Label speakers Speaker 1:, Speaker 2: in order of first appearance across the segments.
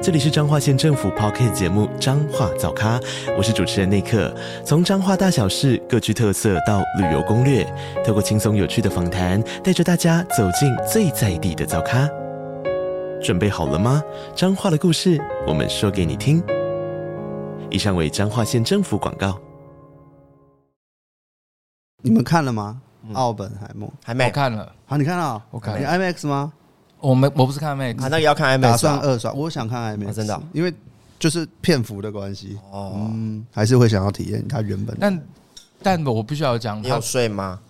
Speaker 1: 这里是彰化县政府 p o c k t 节目《彰化早咖》，我是主持人内克。从彰化大小事各具特色到旅游攻略，透过轻松有趣的访谈，带着大家走进最在地的早咖。准备好了吗？彰化的故事，我们说给你听。以上为彰化县政府广告。
Speaker 2: 你们看了吗？奥本海默，
Speaker 3: 还
Speaker 4: 我
Speaker 3: 没
Speaker 4: 看了，
Speaker 2: 好，你看了？
Speaker 4: 嗯我看了
Speaker 2: 你 IMAX 吗？
Speaker 4: 我没我不是看妹，
Speaker 3: 啊，那个要看 IMAX，
Speaker 2: 打算
Speaker 3: 啊
Speaker 2: 二刷，我想看
Speaker 4: 啊
Speaker 2: IMAX，
Speaker 3: 哦真的哦
Speaker 2: 因为就是片幅的关系，
Speaker 3: 哦。
Speaker 2: 嗯，还是会想要体验它原本的。
Speaker 4: 但但我必须要讲，
Speaker 3: 你有
Speaker 4: 他
Speaker 3: 睡吗？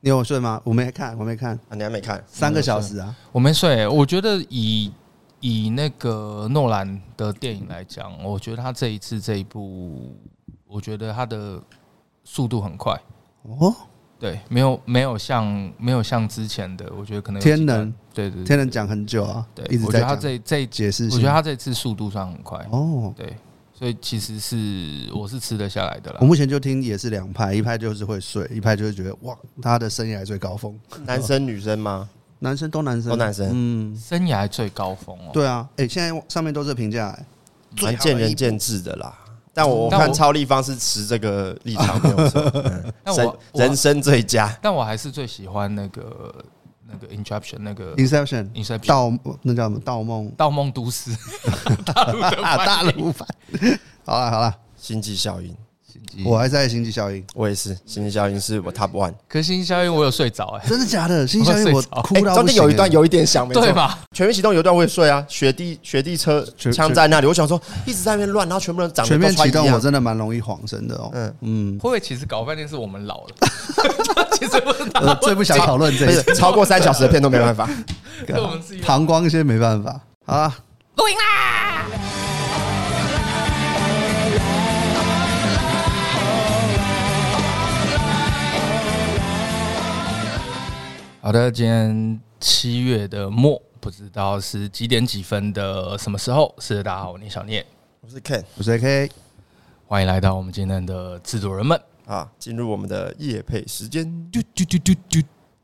Speaker 2: 你有睡吗？我没看，我没看，
Speaker 3: 啊，你还没看？
Speaker 2: 三个小时啊，
Speaker 4: 我没睡。我觉得以以那个诺兰的电影来讲，我觉得他这一次这一部，我觉得他的速度很快，
Speaker 2: 哦，
Speaker 4: 对，没有没有像没有像之前的，我觉得可能有
Speaker 2: 天
Speaker 4: 几段
Speaker 2: 能，
Speaker 4: 对对对
Speaker 2: 天人讲很久啊，
Speaker 4: 对，
Speaker 2: 一直
Speaker 4: 我觉
Speaker 2: 在
Speaker 4: 得他
Speaker 2: 讲。
Speaker 4: 这这
Speaker 2: 解释一下
Speaker 4: 我觉得他这次速度上很快，
Speaker 2: 哦，
Speaker 4: 对，所以其实是我是吃得下来的啦
Speaker 2: 我。目前就听也是两派，一派就是会睡，一派就是觉得哇，他的生涯最高峰，
Speaker 3: 男生女生吗？
Speaker 2: 男生都男生，
Speaker 3: 都男生
Speaker 2: 嗯，
Speaker 4: 生涯最高峰哦，
Speaker 2: 对啊，哎，现在上面都是评价，哎
Speaker 3: 蛮见仁见智的啦。但
Speaker 2: 嗯
Speaker 3: 我我
Speaker 4: 但
Speaker 3: 看
Speaker 4: 我
Speaker 3: 超立方是持这个 立场，没有错。嗯
Speaker 4: 但
Speaker 3: 人
Speaker 4: 我我
Speaker 3: 人生最佳，
Speaker 4: 但我还是最喜欢那个那个 Inception 那个
Speaker 2: Inception
Speaker 4: Inception
Speaker 2: 盗那叫什么盗梦
Speaker 4: 盗梦都市
Speaker 2: 啊，大陆版。好了好了，
Speaker 3: 星际效应，
Speaker 2: 我还在星际效应，
Speaker 3: 我也是。星际效应是我 top one。
Speaker 4: 可是星际效应我有睡着哎、
Speaker 2: 真的假的？星际效应我
Speaker 4: 我睡着
Speaker 2: 哭到
Speaker 3: 哎中
Speaker 2: 不
Speaker 3: 间
Speaker 2: 行、欸
Speaker 3: 有一段有一点想，没错
Speaker 4: 对？吧？
Speaker 3: 全面启动有一段我也睡啊，雪地雪地车
Speaker 2: 全
Speaker 3: 枪在那里，我想说一直在那边乱，然后全部人长得
Speaker 2: 全
Speaker 3: 都
Speaker 2: 面
Speaker 3: 穿
Speaker 2: 启
Speaker 3: 一
Speaker 2: 动，我
Speaker 3: 样。
Speaker 2: 真的蛮容易晃神的哦。嗯嗯，
Speaker 3: 嗯
Speaker 4: 会不会其实搞半天是我们老了？ 其实不是他，
Speaker 2: 我呃最不想讨论
Speaker 3: 不
Speaker 2: 这
Speaker 3: 是
Speaker 2: 个，
Speaker 3: 超过三小时的片都没 办法。
Speaker 4: 是我们自己
Speaker 2: 膀胱先没办法啊。
Speaker 5: 不赢啦！
Speaker 4: 好的，今天七月的末，不知道是几点几分的什么时候？是大家好，我是小聂，
Speaker 3: 我是 Ken
Speaker 2: 我是 AK，
Speaker 4: 欢迎来到我们今天的制作人们。
Speaker 3: 啊，进入我们的夜配时间，
Speaker 4: 嘟嘟嘟嘟嘟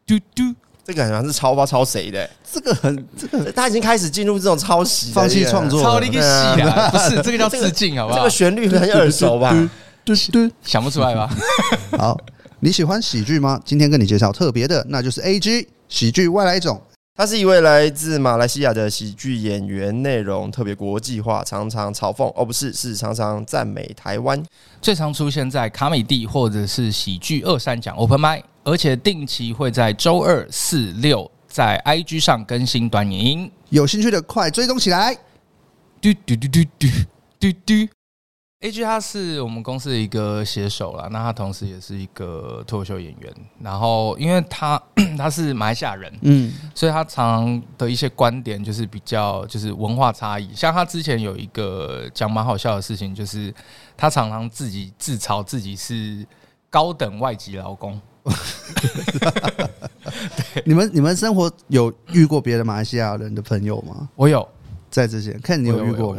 Speaker 4: 嘟嘟，
Speaker 3: 这个好像是超包抄谁的、
Speaker 2: 这个很这个
Speaker 3: 他已经开始进入这种抄袭的
Speaker 2: 放弃
Speaker 3: 耶
Speaker 2: 创作
Speaker 4: 超你个戏 啊！不是这个叫致 敬，好不
Speaker 3: 这
Speaker 4: 好
Speaker 3: 个？旋律很耳熟吧？
Speaker 2: 嘟嘟嘟
Speaker 4: 想不出 来吧？
Speaker 2: 嘟好，你喜欢喜剧吗？今天跟你介绍特别的，那就是 AG 喜剧外来种。
Speaker 3: 他是一位来自马来西亚的喜剧演员，内容特别国际化，常常嘲讽哦，不是，是常常赞美台湾。
Speaker 4: 最常出现在卡美地或者是喜剧二三奖 Open m i 而且定期会在周二、四、六在 IG 上更新短影音。
Speaker 2: 有兴趣的快追踪起来。
Speaker 4: 嘟嘟嘟嘟嘟嘟嘟。A.G. 他是我们公司的一个写手啦，那他同时也是一个脱口秀演员。然后，因为他 他是马来西亚人，
Speaker 2: 嗯，
Speaker 4: 所以他常常的一些观点就是比较就是文化差异。像他之前有一个讲蛮好笑的事情，就是他常常自己自嘲自己是高等外籍劳工。
Speaker 2: 你们你们生活有遇过别的马来西亚人的朋友吗？
Speaker 4: 我有，
Speaker 2: 在之前，看你有遇
Speaker 4: 我有
Speaker 2: 过
Speaker 4: 我
Speaker 2: 吗？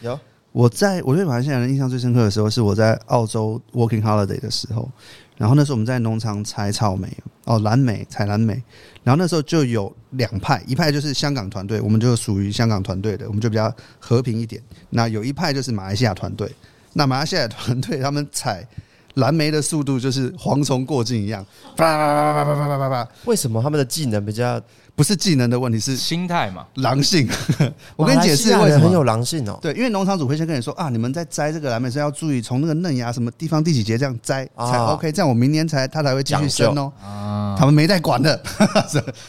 Speaker 3: 有有，
Speaker 2: 我在我对马来西亚人印象最深刻的时候，是我在澳洲 working holiday 的时候，然后那时候我们在农场采草莓，哦，蓝莓采蓝莓，然后那时候就有两派，一派就是香港团队，我们就属于香港团队的，我们就比较和平一点。那有一派就是马来西亚团队，那马来西亚团队他们采蓝莓的速度就是蝗虫过境一样，啪啪啪啪啪啪啪啪啪，
Speaker 3: 为什么他们的技能比较？
Speaker 2: 不是技能的问题，是
Speaker 4: 心态嘛，
Speaker 2: 狼性。 我跟你解释
Speaker 3: 马来西亚
Speaker 2: 为
Speaker 3: 人
Speaker 2: 什么
Speaker 3: 很有狼性哦。
Speaker 2: 对，因为农场主会先跟你说啊，你们在摘这个蓝莓时候要注意，从那个嫩芽什么地方第几节这样摘、才
Speaker 3: 啊
Speaker 2: OK，这样我明年才它才会继续
Speaker 3: 讲究
Speaker 2: 生哦。
Speaker 4: 嗯
Speaker 2: 他们没在管的，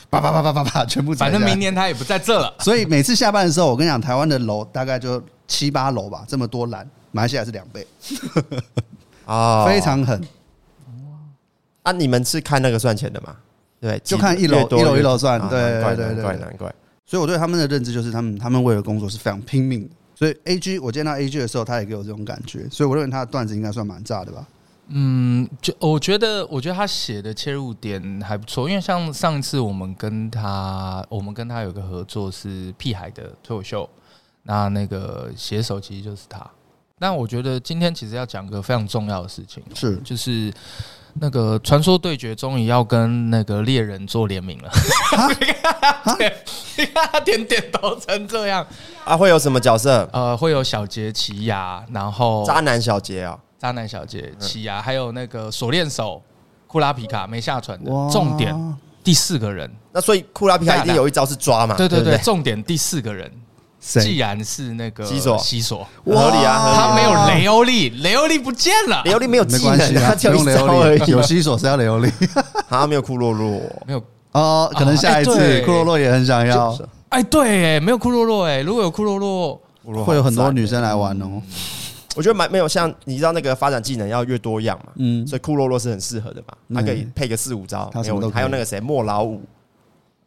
Speaker 2: 叭叭叭叭叭叭，全部摘
Speaker 4: 反正
Speaker 2: 下来
Speaker 4: 明。年他也不在这了。
Speaker 2: 所以每次下班的时候，我跟你讲，台湾的楼大概就七八楼吧，这么多蓝，马来西亚是两倍，
Speaker 3: 啊
Speaker 2: 非常狠。
Speaker 3: 啊！你们是看那个算钱的嘛？对，
Speaker 2: 就看一楼
Speaker 3: 越多
Speaker 2: 一楼
Speaker 3: 越
Speaker 2: 一楼算
Speaker 3: 啊
Speaker 2: 对
Speaker 3: 难怪
Speaker 2: 对对
Speaker 3: 难怪
Speaker 2: 对
Speaker 3: 难怪。
Speaker 2: 所以我对他们的认知就是，他们他们为了工作是非常拼命的。所以 A G，我见到 A G 的时候，他也给我这种感觉，所以我认为他的段子应该算蛮炸的吧。
Speaker 4: 嗯，就我觉得，我觉得他写的切入点还不错，因为像上一次我们跟他，我们跟他有个合作是屁孩的脱口秀，那那个写手其实就是他。但我觉得今天其实要讲个非常重要的事情，
Speaker 2: 是
Speaker 4: 就是那个传说对决终于要跟那个猎人做联名了。 对，你看他点点头成这样。
Speaker 3: 啊，会有什么角色？
Speaker 4: 呃，会有小杰、奇亚，然
Speaker 2: 哦
Speaker 4: 后
Speaker 3: 渣男小杰啊，
Speaker 4: 渣男小姐奇亚，还有那个锁链手库拉皮卡没下船的，重点第四个人，
Speaker 3: 那所以库拉皮
Speaker 2: 啊
Speaker 3: 卡一定有一招是抓嘛？
Speaker 4: 对对
Speaker 3: 不
Speaker 4: 对，重点第四个人，既
Speaker 2: 谁？
Speaker 4: 然是那个
Speaker 3: 西索
Speaker 4: 西索，
Speaker 3: 合理啊，合理啊
Speaker 4: 他没有雷欧利，雷欧利不见了，
Speaker 3: 雷欧利没有
Speaker 2: 没
Speaker 3: 技
Speaker 2: 关系
Speaker 3: 能，
Speaker 2: 啊，
Speaker 3: 他
Speaker 2: 不
Speaker 3: 就
Speaker 2: 用
Speaker 3: 一
Speaker 2: 雷
Speaker 3: 招而
Speaker 2: 欧利，
Speaker 3: 已
Speaker 2: 有，西索是要雷欧利
Speaker 3: 他没有库洛洛，
Speaker 4: 没有，
Speaker 2: 哦。可能下一
Speaker 4: 啊哎
Speaker 2: 次
Speaker 4: 对
Speaker 2: 库洛洛也很想要，
Speaker 4: 哎，对，哎，没有库洛洛，哎，如果有库洛洛，
Speaker 3: 库洛
Speaker 2: 会有很多
Speaker 3: 好赞
Speaker 2: 女，生来玩哦。
Speaker 3: 我觉得蛮没有像你知道那个发展技能要越多样嘛，
Speaker 2: 嗯，
Speaker 3: 所以库洛洛是很适合的嘛，他可以配个四五招，
Speaker 2: 他
Speaker 3: 没
Speaker 2: 什么
Speaker 3: 有
Speaker 2: 都可以
Speaker 3: 还有那个谁莫老五，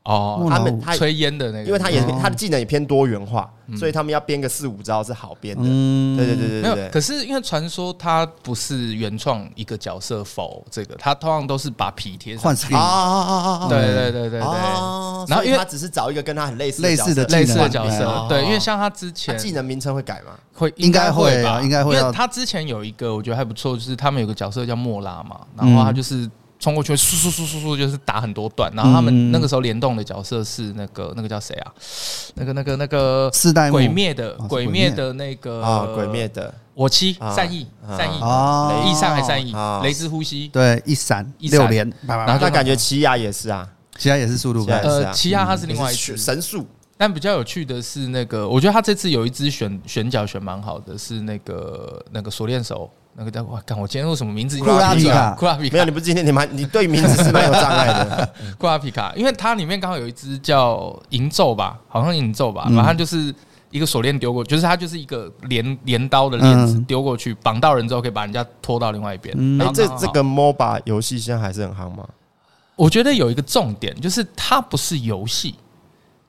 Speaker 4: 哦，
Speaker 2: 莫
Speaker 3: 他
Speaker 2: 老
Speaker 3: 们
Speaker 2: 五，
Speaker 3: 他
Speaker 4: 吹嗯烟的那个，
Speaker 3: 因为他也
Speaker 2: 哦
Speaker 3: 他的技能也偏多元化，所以他们要编个四五招是好编的，
Speaker 2: 嗯
Speaker 3: 对对对对
Speaker 4: 没
Speaker 3: 对
Speaker 4: 有，
Speaker 3: 对。
Speaker 4: 可是因为传说他不是原创一个角色否这个，他通常都是把皮贴上
Speaker 2: 换
Speaker 4: 去，
Speaker 2: skin
Speaker 3: 啊
Speaker 4: 对对对对对。
Speaker 3: 哦，
Speaker 4: 然后
Speaker 3: 所以
Speaker 4: 因为
Speaker 3: 他只是找一个跟他很类似
Speaker 2: 类似
Speaker 3: 角色
Speaker 2: 的
Speaker 4: 类似的角
Speaker 2: 技能
Speaker 4: 色
Speaker 3: 哦，
Speaker 4: 对，因为像他之
Speaker 3: 他
Speaker 4: 前
Speaker 3: 技能名称会改吗？
Speaker 4: 会
Speaker 2: 应该会
Speaker 4: 吧
Speaker 2: 啊，应该会
Speaker 4: 因
Speaker 2: 要
Speaker 4: 为他之前有一个我觉得还不错，就是他们有个角色叫莫拉嘛，然后他就是冲过去，速速速速速，就是打很多段。然后他
Speaker 2: 嗯
Speaker 4: 们那个时候联动的角色是那个那个叫谁啊？那个那个那个
Speaker 2: 四代目
Speaker 4: 鬼灭的
Speaker 2: 哦是
Speaker 4: 鬼
Speaker 2: 鬼
Speaker 4: 灭
Speaker 2: 灭
Speaker 4: 的那个
Speaker 3: 啊，鬼灭的
Speaker 4: 我妻
Speaker 3: 啊
Speaker 4: 善意
Speaker 3: 啊
Speaker 4: 善意
Speaker 2: 哦
Speaker 4: 一上还善意
Speaker 3: 啊
Speaker 4: 雷之呼吸，
Speaker 2: 对一闪
Speaker 4: 一
Speaker 2: 六
Speaker 4: 闪
Speaker 2: 连，叭叭叭
Speaker 4: 然后
Speaker 3: 那
Speaker 4: 就
Speaker 3: 感觉奇亚也是啊，
Speaker 2: 其他也是速度派
Speaker 3: 是啊
Speaker 4: 呃，奇亚他是另外一
Speaker 3: 也是
Speaker 4: 只，
Speaker 3: 神速
Speaker 4: 但比较有趣的是那个，我觉得他这次有一只选选角选蛮好的，是那个那个锁链手。那个叫哇，看我今天为什么名字
Speaker 2: 库拉皮卡
Speaker 4: 库拉皮卡
Speaker 3: 没有，你不是今天你蛮你对名字是蛮有障碍 的，
Speaker 4: 库拉皮卡，因为它里面刚好有一只叫银咒吧，好像银咒吧，
Speaker 2: 嗯
Speaker 4: 反正就是一个锁链丢过，就是它就是一个镰镰刀的链子
Speaker 2: 嗯
Speaker 4: 丢过去，绑到人之后可以把人家拖到另外一边。
Speaker 2: 嗯
Speaker 4: 然
Speaker 3: 哎
Speaker 4: 后，
Speaker 3: 这
Speaker 4: 刚好
Speaker 3: 这个 MOBA 游戏现在还是很夯吗？
Speaker 4: 我觉得有一个重点就是它不是游戏。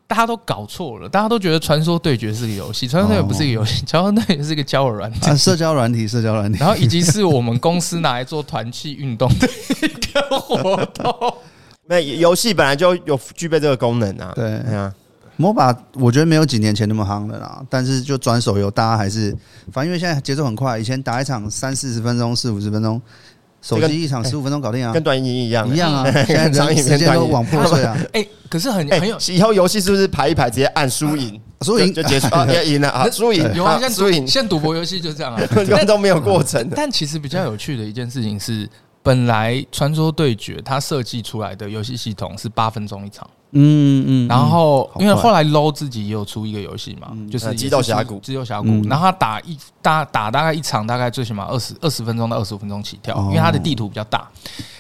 Speaker 4: 大家都搞错了，大家都觉得《传说对决》是个游戏，《传说对决》不是一个游戏，《传说对决》是一个交友软件
Speaker 2: 啊，，社交软体，社交软体。
Speaker 4: 然后以及是我们公司拿来做团契运动的一个活动。
Speaker 3: 那游戏本来就有具备这个功能啊，
Speaker 2: 对
Speaker 3: 啊，
Speaker 2: MOBA 我觉得没有几年前那么夯了啦，但是就转手游，大家还是反正因为现在节奏很快，以前打一场三四十分钟、四五十分钟，手
Speaker 3: 这跟
Speaker 2: 机一场十五分钟搞定啊
Speaker 4: 哎
Speaker 3: 跟，短影音一样
Speaker 2: 一 样 啊，
Speaker 3: 欸
Speaker 2: 现在
Speaker 3: 长
Speaker 2: 人
Speaker 3: 影
Speaker 2: 时
Speaker 3: 片
Speaker 2: 间
Speaker 3: 短
Speaker 2: 都
Speaker 3: 影。
Speaker 2: 往破碎啊，
Speaker 4: 哎、可是很
Speaker 3: 哎
Speaker 4: 很有，
Speaker 3: 以后游戏是不是排一排直接按输赢，
Speaker 2: 输赢
Speaker 3: 就就结束 啊？要赢了啊，输赢
Speaker 4: 有啊，
Speaker 3: 好
Speaker 4: 像
Speaker 3: 输赢
Speaker 4: 赌，，像赌博游戏就这样啊。
Speaker 3: 根本都没有过程的。
Speaker 4: 但其实比较有趣的一件事情是，本来《传说对决》它设计出来的游戏系统是八分钟一场，
Speaker 2: 嗯嗯，
Speaker 4: 然后
Speaker 2: 好快
Speaker 4: 因为后来 LO 自己也有出一个游戏嘛，就是
Speaker 3: 呃
Speaker 4: 也是
Speaker 3: 激斗峡谷
Speaker 4: 激斗峡
Speaker 2: 嗯
Speaker 4: 谷，然后他打一打打大概一场，大概最起码二十二十分钟到二十五分钟起跳，
Speaker 2: 哦
Speaker 4: 因为它的地图比较大。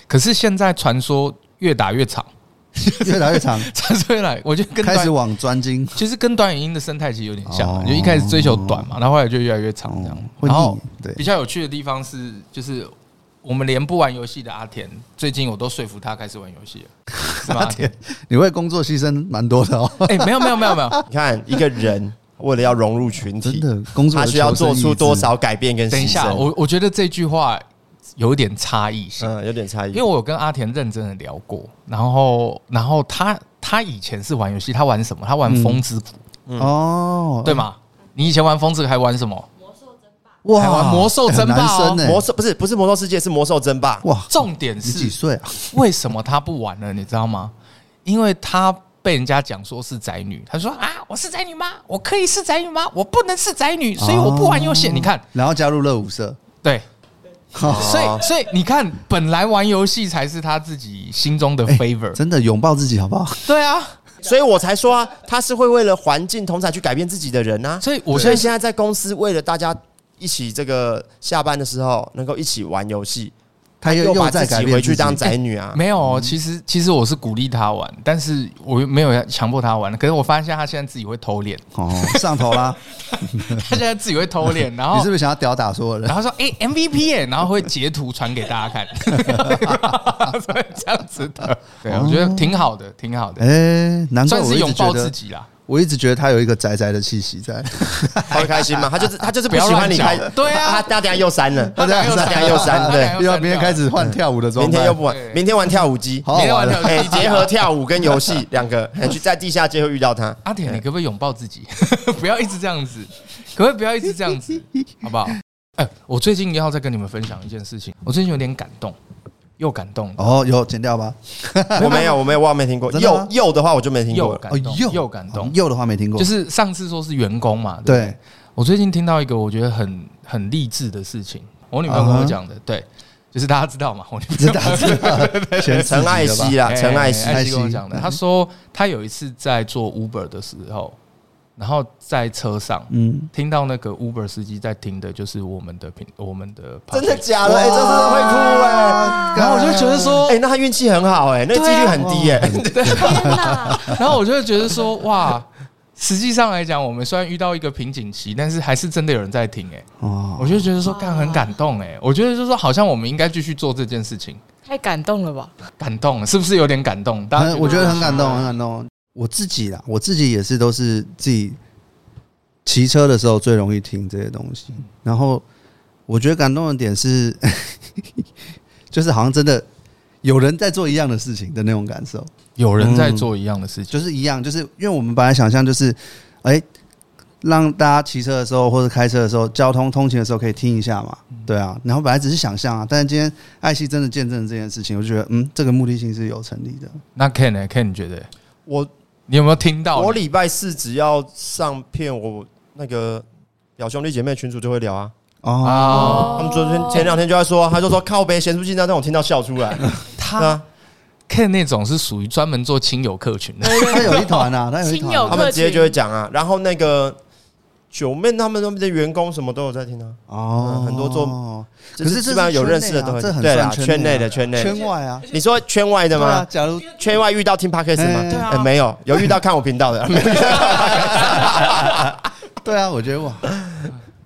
Speaker 4: 可是现在传说越打越长，
Speaker 2: 越打越长，
Speaker 4: 传说越来，我觉得跟
Speaker 2: 开始
Speaker 4: 短
Speaker 2: 往专精，
Speaker 4: 其实跟短影音的生态其实有点像啊
Speaker 2: 哦，
Speaker 4: 就一开始追求短嘛，然后后来就越来越长这样
Speaker 2: 哦，会
Speaker 4: 然后
Speaker 2: 腻。对
Speaker 4: 比，较有趣的地方是，就是我们连不玩游戏的阿田，最近我都说服他开始玩游戏了，是吗？阿田，
Speaker 2: 你为工作牺牲蛮多的哦，
Speaker 4: 哎、没有没有没有没有，
Speaker 3: 你看一个人为了要融入群
Speaker 2: 真
Speaker 3: 体，
Speaker 2: 的 工作
Speaker 3: 他
Speaker 2: 的
Speaker 3: 需要
Speaker 2: 求生
Speaker 3: 做
Speaker 2: 意
Speaker 3: 出
Speaker 2: 志
Speaker 3: 多？少改变跟
Speaker 4: 等一
Speaker 3: 牺
Speaker 4: 下，
Speaker 3: 牲？
Speaker 4: 我我觉得这句话有一点差异性，
Speaker 3: 嗯，有点差异，
Speaker 4: 因为我有跟阿田认真的聊过，然后然后他他以前是玩游戏，他玩什么？他玩风之谷，
Speaker 2: 哦，
Speaker 4: 对？吗？你以前玩风之谷还玩什么？
Speaker 2: 嗯
Speaker 4: 还
Speaker 2: 哇，
Speaker 4: 玩魔兽争霸哦
Speaker 2: 很男生
Speaker 3: 魔
Speaker 2: 呢？
Speaker 3: 兽不是不是魔兽世界，是魔兽争霸。
Speaker 2: 哇，
Speaker 4: 重点
Speaker 2: 你几
Speaker 4: 是
Speaker 2: 岁啊？
Speaker 4: 为什么他不玩了？你知道吗？因为他被人家讲说是宅女，他说啊，我是宅女吗？我可以是宅女吗？我不能是宅女，所以我不玩游戏。
Speaker 2: 哦
Speaker 4: 你看，
Speaker 2: 然后加入热舞社，
Speaker 4: 对，
Speaker 2: 哦
Speaker 4: 所以所以你看，本来玩游戏才是他自己心中的 favor，、
Speaker 2: 哎真的拥抱自己好不好？
Speaker 4: 对啊。
Speaker 3: 所以我才说啊，他是会为了环境同才去改变自己的人啊。
Speaker 4: 所以我
Speaker 3: 所
Speaker 4: 现
Speaker 3: 以
Speaker 4: 在
Speaker 3: 现在在公司，为了大家一起这个下班的时候能够一起玩游戏，
Speaker 2: 他又
Speaker 3: 又把
Speaker 2: 又在
Speaker 3: 自
Speaker 2: 改
Speaker 3: 己
Speaker 2: 变
Speaker 3: 回去
Speaker 2: 自己
Speaker 3: 当宅女啊。
Speaker 4: 没有哦，其实其实我是鼓励他玩，但是我又没有要强迫他玩。可是我发现他现在自己会偷 脸，
Speaker 2: 哦，上头啦！
Speaker 4: 他现在自己会偷脸，然
Speaker 2: 你
Speaker 4: 后
Speaker 2: 是不是想要吊打所有人
Speaker 4: 然？后说：“哎、m v p 耶！”然后会截图传给大家 看，所以这样子的，对，我觉得挺好的，挺好
Speaker 2: 哦
Speaker 4: 的，
Speaker 2: 哎，难怪
Speaker 4: 算
Speaker 2: 我
Speaker 4: 是
Speaker 2: 一直
Speaker 4: 拥
Speaker 2: 觉
Speaker 4: 抱自
Speaker 2: 得，
Speaker 4: 己啦。
Speaker 2: 我一直觉得他有一个宅宅的气息在，
Speaker 3: 他会开心吗？他 就是他就是
Speaker 4: 不
Speaker 3: 不
Speaker 4: 要
Speaker 3: 喜欢
Speaker 4: 乱
Speaker 3: 你
Speaker 4: 讲
Speaker 3: 开，
Speaker 4: 对 啊
Speaker 3: 他他他等下又删了，啊
Speaker 4: 他等下又
Speaker 3: 他
Speaker 4: 删
Speaker 3: 等下又 删，对
Speaker 4: 他，
Speaker 2: 又要明天开始换跳舞的状态，
Speaker 3: 明天又不玩
Speaker 4: 对，
Speaker 3: 明天玩跳舞机，
Speaker 2: 哦好好
Speaker 4: 啊
Speaker 2: 玩了。
Speaker 3: 哎，结合跳舞跟游戏两个，哎去在地下街会遇到 他。
Speaker 4: 阿铁，你可不可以拥抱自己？ 不要一直这样子，可不可以不要一直这 样子，好不好？哎、我最近要再跟你们分享一件事情，我最近有点感动，又感动，
Speaker 2: 哦，有剪掉吧？
Speaker 3: 我没有，我没有，我没听过。
Speaker 2: 真的吗
Speaker 3: 又又的话我就没听
Speaker 4: 又
Speaker 3: 过了。
Speaker 2: 哦
Speaker 4: 感，动，
Speaker 2: 又
Speaker 4: 又感动，
Speaker 2: 又的话没听过，
Speaker 4: 就是上次说是员工嘛，对不对
Speaker 2: 对，
Speaker 4: 我最近听到一个我觉得很很励志的事情，我女朋友跟我
Speaker 3: 嗯
Speaker 4: 讲的，对，就是大家知道嘛，我女 朋
Speaker 2: 知
Speaker 4: 友
Speaker 2: 道知道，全
Speaker 3: 陈艾希啦，
Speaker 4: 哎
Speaker 3: 啊陈艾希
Speaker 4: 艾希跟我讲
Speaker 2: 艾
Speaker 4: 的，
Speaker 2: 希
Speaker 4: 她说她有一次在做 Uber 的时候，然后在车上
Speaker 2: 嗯，
Speaker 4: 听到那个 Uber 司机在听的就是我们的频我们的 podcast，
Speaker 3: 真的假的？哎，真的会哭哎！
Speaker 4: 然后我就觉得说，
Speaker 3: 哎，那他运气很好哎，那个几
Speaker 2: 啊
Speaker 3: 率很低哎。
Speaker 5: 天哪！
Speaker 4: 然后我就会觉得说，哇，实际上来讲，我们虽然遇到一个瓶颈期，但是还是真的有人在听哎、
Speaker 2: 哦，
Speaker 4: 我就觉得说，干很感动哎、我觉得就是说，好像我们应该继续做这件事情，
Speaker 5: 太感动了吧？
Speaker 4: 感动是不是有点感动？大家
Speaker 2: 很我觉得很感动，很感动。我自己啦，我自己也是都是自己骑车的时候最容易听这些东西。然后我觉得感动的点是， 就是好像真的有人在做一样的事情的那种感受，
Speaker 4: 有人在做一样的事情，
Speaker 2: 就是一样，就是因为我们本来想象就是，哎、让大家骑车的时候或者开车的时候，交通通勤的时候可以听一下嘛，
Speaker 3: 嗯
Speaker 2: 对啊。然后本来只是想象啊，但是今天艾希真的见证了这件事情，我就觉得嗯，这个目的性是有成立的。
Speaker 4: 那 Ken 呢？Ken 你觉得
Speaker 3: 我
Speaker 4: 你有没有听到？
Speaker 3: 我礼拜四只要上片，我那个表兄弟姐妹群主就会聊啊。
Speaker 2: 哦，
Speaker 4: 啊，
Speaker 3: 他们昨天前两天就在说，他就说靠背咸猪鸡蛋让我听到笑 出来。对
Speaker 4: 他
Speaker 3: 啊，
Speaker 4: Ken 那种是属于专门做亲友客群的，
Speaker 2: 他有一团 啊，他有一团、
Speaker 5: 亲
Speaker 3: 他
Speaker 5: 友
Speaker 2: 啊。
Speaker 3: 们直接就会讲啊。然后那个九妹他们那边的员工什么都有在听啊，
Speaker 2: 哦
Speaker 3: 嗯很多做
Speaker 2: 可是这
Speaker 3: 基本上有认识的都
Speaker 2: 这很
Speaker 3: 对
Speaker 2: 算
Speaker 3: 啦，
Speaker 2: 圈
Speaker 3: 圈
Speaker 2: 内
Speaker 3: 内
Speaker 2: 啊
Speaker 3: 的圈内的。
Speaker 2: 圈外啊，
Speaker 3: 你说圈外的
Speaker 2: 对啊
Speaker 3: 吗？
Speaker 2: 假如
Speaker 3: 圈外遇到听 podcast 吗？
Speaker 2: 嗯对啊
Speaker 3: 哎没有，有遇到看我频道 的。
Speaker 2: 对啊，我觉得哇，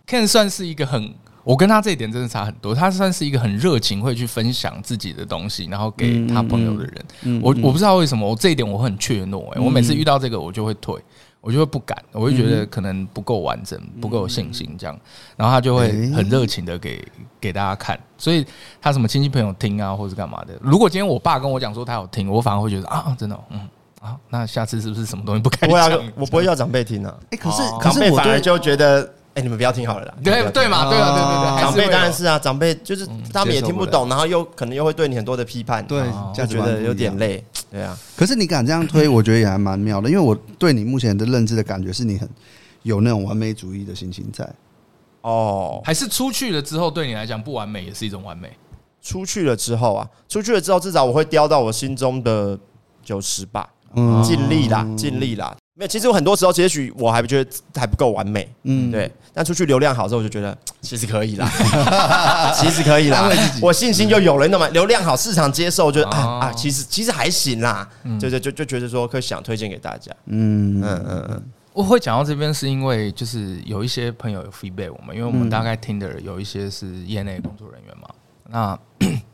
Speaker 4: Ken 算是一个很，我跟他这一点真的差很多。他算是一个很热情，会去分享自己的东西，然后给他朋友的人。
Speaker 2: 嗯
Speaker 4: 我我不知道为什么，我这一点我很怯懦、欸。我每次遇到这个，我就会退，我就会不敢，我会觉
Speaker 2: 嗯
Speaker 4: 得可能不够完整，不够有信心这样。然后他就会
Speaker 2: 诶
Speaker 4: 很热情的给给大家看，所以他什么亲戚朋友听啊，或是干嘛的。如果今天我爸跟我讲说他有听，我反而会觉得啊，真的哦、嗯。啊，那下次是不是什么东西不该
Speaker 3: 不会啊
Speaker 4: 讲？，
Speaker 3: 我不会要长辈听啊。
Speaker 2: 哎，可是
Speaker 4: 哦
Speaker 2: 可
Speaker 3: 长
Speaker 2: 是
Speaker 3: 辈
Speaker 2: 我
Speaker 3: 反而
Speaker 2: 对
Speaker 3: 就觉得，哎，你们不要听好了啦。你们不
Speaker 4: 对
Speaker 3: 要听
Speaker 4: 对嘛，对啊，对对对，还
Speaker 3: 长
Speaker 4: 会
Speaker 3: 辈
Speaker 4: 有
Speaker 3: 当然是啊，长辈就是他们也听不懂，然后又可能又会对你很多的批判，
Speaker 2: 对
Speaker 4: 哦
Speaker 2: 价
Speaker 3: 就
Speaker 2: 值
Speaker 3: 觉
Speaker 2: 观不
Speaker 3: 得
Speaker 2: 一样
Speaker 3: 有点。累。对啊，
Speaker 2: 可是你敢这样推，我觉得也还蛮妙的，因为我对你目前的认知的感觉是你很有那种完美主义的心情在。
Speaker 3: 哦，
Speaker 4: 还是出去了之后，对你来讲不完美也是一种完美。
Speaker 3: 出去了之后啊，出去了之后至少我会雕到我心中的九十吧，
Speaker 2: 嗯，
Speaker 3: 尽力啦，尽力啦。没有，其实我很多时候，也许我还觉得还不够完美，
Speaker 2: 嗯，
Speaker 3: 对。但出去流量好之后，我就觉得其实可以啦，其实可以啦
Speaker 2: 安慰自，己
Speaker 3: 我信心就有了。那么流量好，市场接受，就啊
Speaker 4: 哦
Speaker 3: 啊，其实其实还行啦，就就就就觉得说可以想推荐给大家，
Speaker 2: 嗯
Speaker 3: 嗯嗯嗯，
Speaker 4: 我会讲到这边，是因为就是有一些朋友有 feedback 我们，因为我们
Speaker 2: 嗯
Speaker 4: 大概听的有一些是业内工作人员嘛，那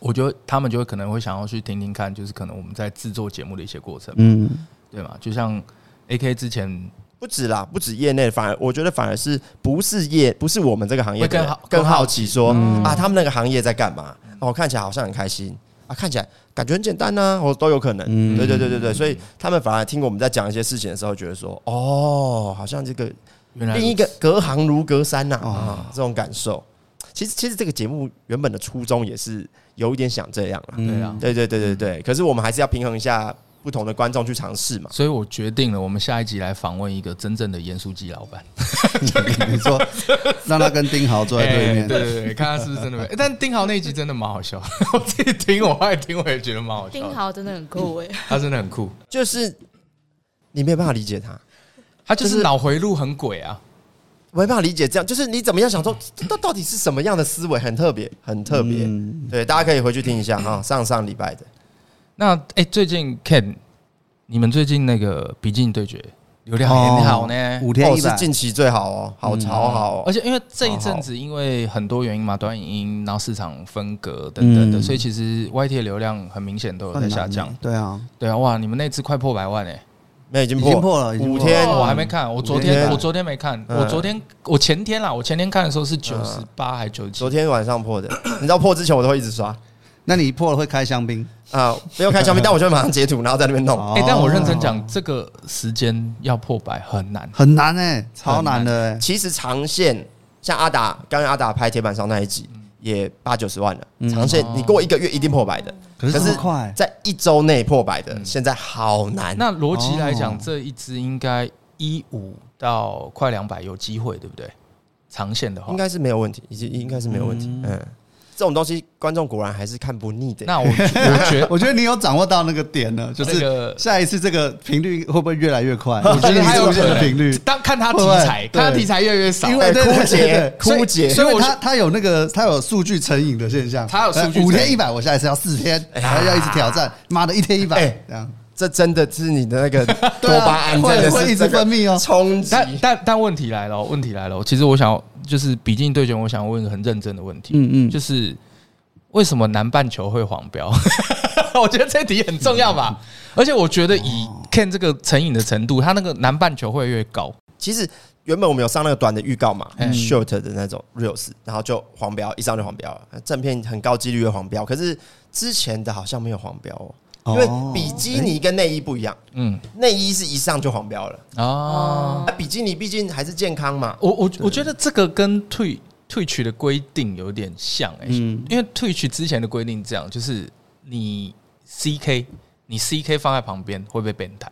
Speaker 4: 我觉得他们就会可能会想要去听听看，就是可能我们在制作节目的一些过程，
Speaker 2: 嗯，
Speaker 4: 对吗？就像 A K 之前
Speaker 3: 不止啦，不止业内，反而我觉得反而是不是业，不是我们这个行业
Speaker 4: 会更
Speaker 3: 的人
Speaker 4: 好
Speaker 3: 更
Speaker 4: 更好
Speaker 3: 好奇说
Speaker 5: 嗯
Speaker 3: 啊，他们那个行业在干嘛？哦，看起来好像很开心啊，看起来感觉很简单呐，我都有可能。
Speaker 2: 嗯
Speaker 3: 对对对对对，所以他们反而听我们在讲一些事情的时候，觉得说哦，好像这个
Speaker 4: 原来
Speaker 3: 另一个隔行如隔山呐、啊
Speaker 2: 哦
Speaker 3: 这种感受。其实其实这个节目原本的初衷也是有一点想这样啦。
Speaker 2: 嗯
Speaker 4: 对啊
Speaker 3: 对对对对对，可是我们还是要平衡一下不同的观众去尝试嘛。
Speaker 4: 所以我决定了，我们下一集来访问一个真正的盐酥鸡老板。
Speaker 2: 你说让他跟丁豪坐在对
Speaker 4: 哎
Speaker 2: 面，嗯
Speaker 4: 对对对，看他是不是真的没。哎但丁豪那一集真的 蛮好笑，我自己听我爱听，我也觉得蛮好笑的。
Speaker 5: 丁豪真的很酷哎，
Speaker 4: 他真的很酷，
Speaker 3: 就是你没有办法理解他，
Speaker 4: 他就是脑回路很鬼啊。
Speaker 3: 没办法理解这样，就是你怎么样想说，这这到底是什么样的思维，很特别，很特别。
Speaker 2: 嗯
Speaker 3: 对，大家可以回去听一下哈，上上礼拜的
Speaker 4: 那哎、诶最近 Ken，你们最近那个比基尼对决流量
Speaker 2: 哦
Speaker 4: 很好呢，
Speaker 2: 五天
Speaker 3: 哦
Speaker 2: 一
Speaker 3: 是
Speaker 2: 百，
Speaker 3: 近期最好哦，好
Speaker 2: 嗯
Speaker 3: 好好哦，
Speaker 4: 而且因为这一阵子因为很多原因嘛，短影音，然后市场分隔等等的，
Speaker 2: 嗯
Speaker 4: 所以其实 YT 的流量很明显都有在下降。
Speaker 2: 哦对啊，
Speaker 4: 对啊，哇，你们那次快破百万哎、
Speaker 3: 没有已经
Speaker 2: 已经破了已经破
Speaker 3: 五
Speaker 2: 了哦
Speaker 3: 天
Speaker 4: 我还没看，我昨
Speaker 2: 昨天
Speaker 4: 天
Speaker 2: 看
Speaker 4: 我昨天没看，
Speaker 3: 哦嗯
Speaker 4: 我昨天我前天啦，我前天看的时候是九十八还九十
Speaker 3: 昨
Speaker 4: 七，
Speaker 3: 天晚上破的，你知道破之前我都会一直刷
Speaker 2: 那你破了会开香槟？
Speaker 3: 啊，没有看小明，但我就会马上截图，然后在那边弄。
Speaker 4: 哎，但我认真
Speaker 2: 哦，
Speaker 4: 讲，这个时间要破百很难，
Speaker 2: 很难哎，超难的哎。
Speaker 3: 其实长线像阿达，刚刚阿达拍铁板烧那一集也八九十万了，
Speaker 2: 嗯
Speaker 3: 长线你过一个月一定破百的，
Speaker 2: 可是这么快，
Speaker 3: 在一周内破百
Speaker 2: 嗯
Speaker 3: 的，现在好难。
Speaker 4: 那逻辑来讲，
Speaker 2: 哦
Speaker 4: 这一支应该一五到快两百有机会，对不对？长线的话
Speaker 3: 应，该是没有问题，已经应该是没有问题。嗯，这种东西观众果然还是看不腻的。
Speaker 4: 那我觉我 觉
Speaker 2: 我觉得你有掌握到那个点了，就
Speaker 4: 那
Speaker 2: 是
Speaker 4: 个
Speaker 2: 下一次这个频率会不会越来越快？
Speaker 4: 我觉
Speaker 2: 你
Speaker 4: 得还有
Speaker 2: 出
Speaker 4: 可
Speaker 2: 现的
Speaker 4: 能
Speaker 2: 频率，
Speaker 4: 当看他题材
Speaker 2: 会，不会
Speaker 4: 看他题材越来越少，
Speaker 2: 因为
Speaker 3: 哎
Speaker 2: 对
Speaker 3: 枯
Speaker 2: 对
Speaker 3: 竭
Speaker 2: 对对
Speaker 3: 枯
Speaker 2: 所以
Speaker 3: 竭
Speaker 2: 所以
Speaker 4: 所以我
Speaker 2: 他他有那个他有数据成瘾的现象，呃
Speaker 4: 他有数据成瘾
Speaker 2: 五天一百，我下一次要四天，然后要一直挑战，妈的，一天一百
Speaker 3: 哎，
Speaker 2: 这样
Speaker 3: 这真的是你的 那个多
Speaker 2: 对啊
Speaker 3: 巴胺
Speaker 2: 会
Speaker 3: 真的
Speaker 2: 会
Speaker 3: 是
Speaker 2: 一直分泌哦
Speaker 3: 这个冲击。
Speaker 4: 但但但问题来了哦，问题来了哦。其实我想要就是比竞对决，我想问一个很认真的问题，
Speaker 2: 嗯嗯
Speaker 4: 就是为什么南半球会黄标？ 我觉得这题很重要
Speaker 2: 嗯
Speaker 4: 吧。而且我觉得以
Speaker 2: 哦
Speaker 4: Ken 这个成瘾的程度，他那个南半球会越高。
Speaker 3: 其实原本我们有上那个短的预告嘛、
Speaker 4: 嗯
Speaker 3: s h o r t 的那种 reels，然后就黄标，一上就黄标了，正片很高几率会黄标，可是之前的好像没有黄标哦，因为
Speaker 2: 哦
Speaker 3: 比基尼跟内衣不一样，
Speaker 4: 嗯
Speaker 3: 内衣是一上就黄标了，
Speaker 4: 哦，
Speaker 3: 啊，比基尼毕竟还是健康嘛，
Speaker 4: 我我我觉得这个跟退退取的规定有点像哎、
Speaker 2: 嗯
Speaker 4: 因为退取之前的规定这样，就是你 CK 你 CK 放在旁边会被变态。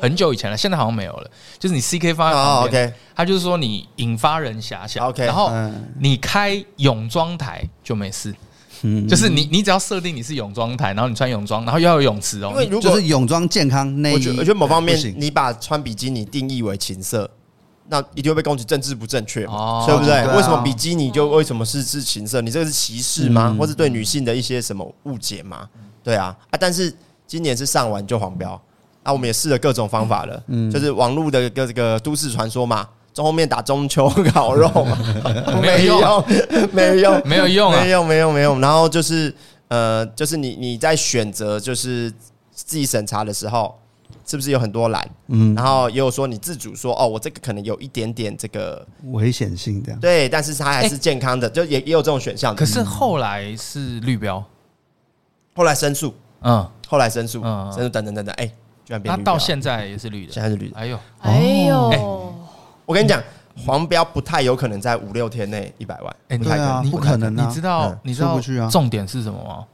Speaker 4: 很久以前了，现在好像没有了。就是你 CK 放在
Speaker 3: 哦
Speaker 4: 旁边，
Speaker 3: ，OK，
Speaker 4: 他就是说你引发人遐想
Speaker 3: OK，
Speaker 4: 然后
Speaker 2: 嗯
Speaker 4: 你开泳装台就没事，
Speaker 2: 嗯
Speaker 4: 就是你你只要设定你是泳装台，然后你穿泳装，然后又要有泳池哦
Speaker 3: 因，为如
Speaker 2: 就
Speaker 3: 果
Speaker 2: 是泳装健康内衣，
Speaker 3: 我觉得我觉得某方面
Speaker 2: 不行
Speaker 3: 你把穿比基尼定义为情色。那一定会被攻击政治不正确嘛，
Speaker 4: 哦
Speaker 3: 对不对
Speaker 2: 对啊？
Speaker 3: 为什么比基尼就为什么是是情色？你这个是歧视吗？
Speaker 2: 嗯
Speaker 3: 或是对女性的一些什么误解吗？对啊啊！但是今年是上完就黄标啊，我们也试了各种方法了，
Speaker 2: 嗯
Speaker 3: 就是网络的各这个都市传说嘛，中后面打中秋 烤肉嘛，
Speaker 4: 没有
Speaker 3: 用，没用，
Speaker 4: 没有用啊
Speaker 3: 没。用，没用，没用。然后就是呃，就是你你在选择就是自己审查的时候，是不是有很多栏？嗯，然后也有说你自主说哦，我这个可能有一点点这个
Speaker 2: 危险性这样。
Speaker 3: 对，但是它还是健康的，就也也有这种选项的。
Speaker 4: 哎可是后来是绿标，
Speaker 3: 后来申诉，
Speaker 4: 嗯，
Speaker 3: 后来申诉，
Speaker 4: 嗯嗯
Speaker 3: 申诉等等等等，哎，居然变
Speaker 4: 那
Speaker 3: 绿
Speaker 4: 到
Speaker 3: 标
Speaker 4: 现在也是绿的
Speaker 3: 现。在是绿的。
Speaker 4: 哎呦，
Speaker 5: 哎
Speaker 4: 哎
Speaker 5: 呦，
Speaker 3: 我跟你讲，黄标不太有可能在五六天内一百万，
Speaker 4: 哎，你
Speaker 2: 对啊
Speaker 4: 你
Speaker 2: 不可能啊
Speaker 4: 你知道
Speaker 3: 嗯
Speaker 4: 你知
Speaker 2: 出
Speaker 4: 道
Speaker 2: 不去啊
Speaker 4: 重点是什么吗？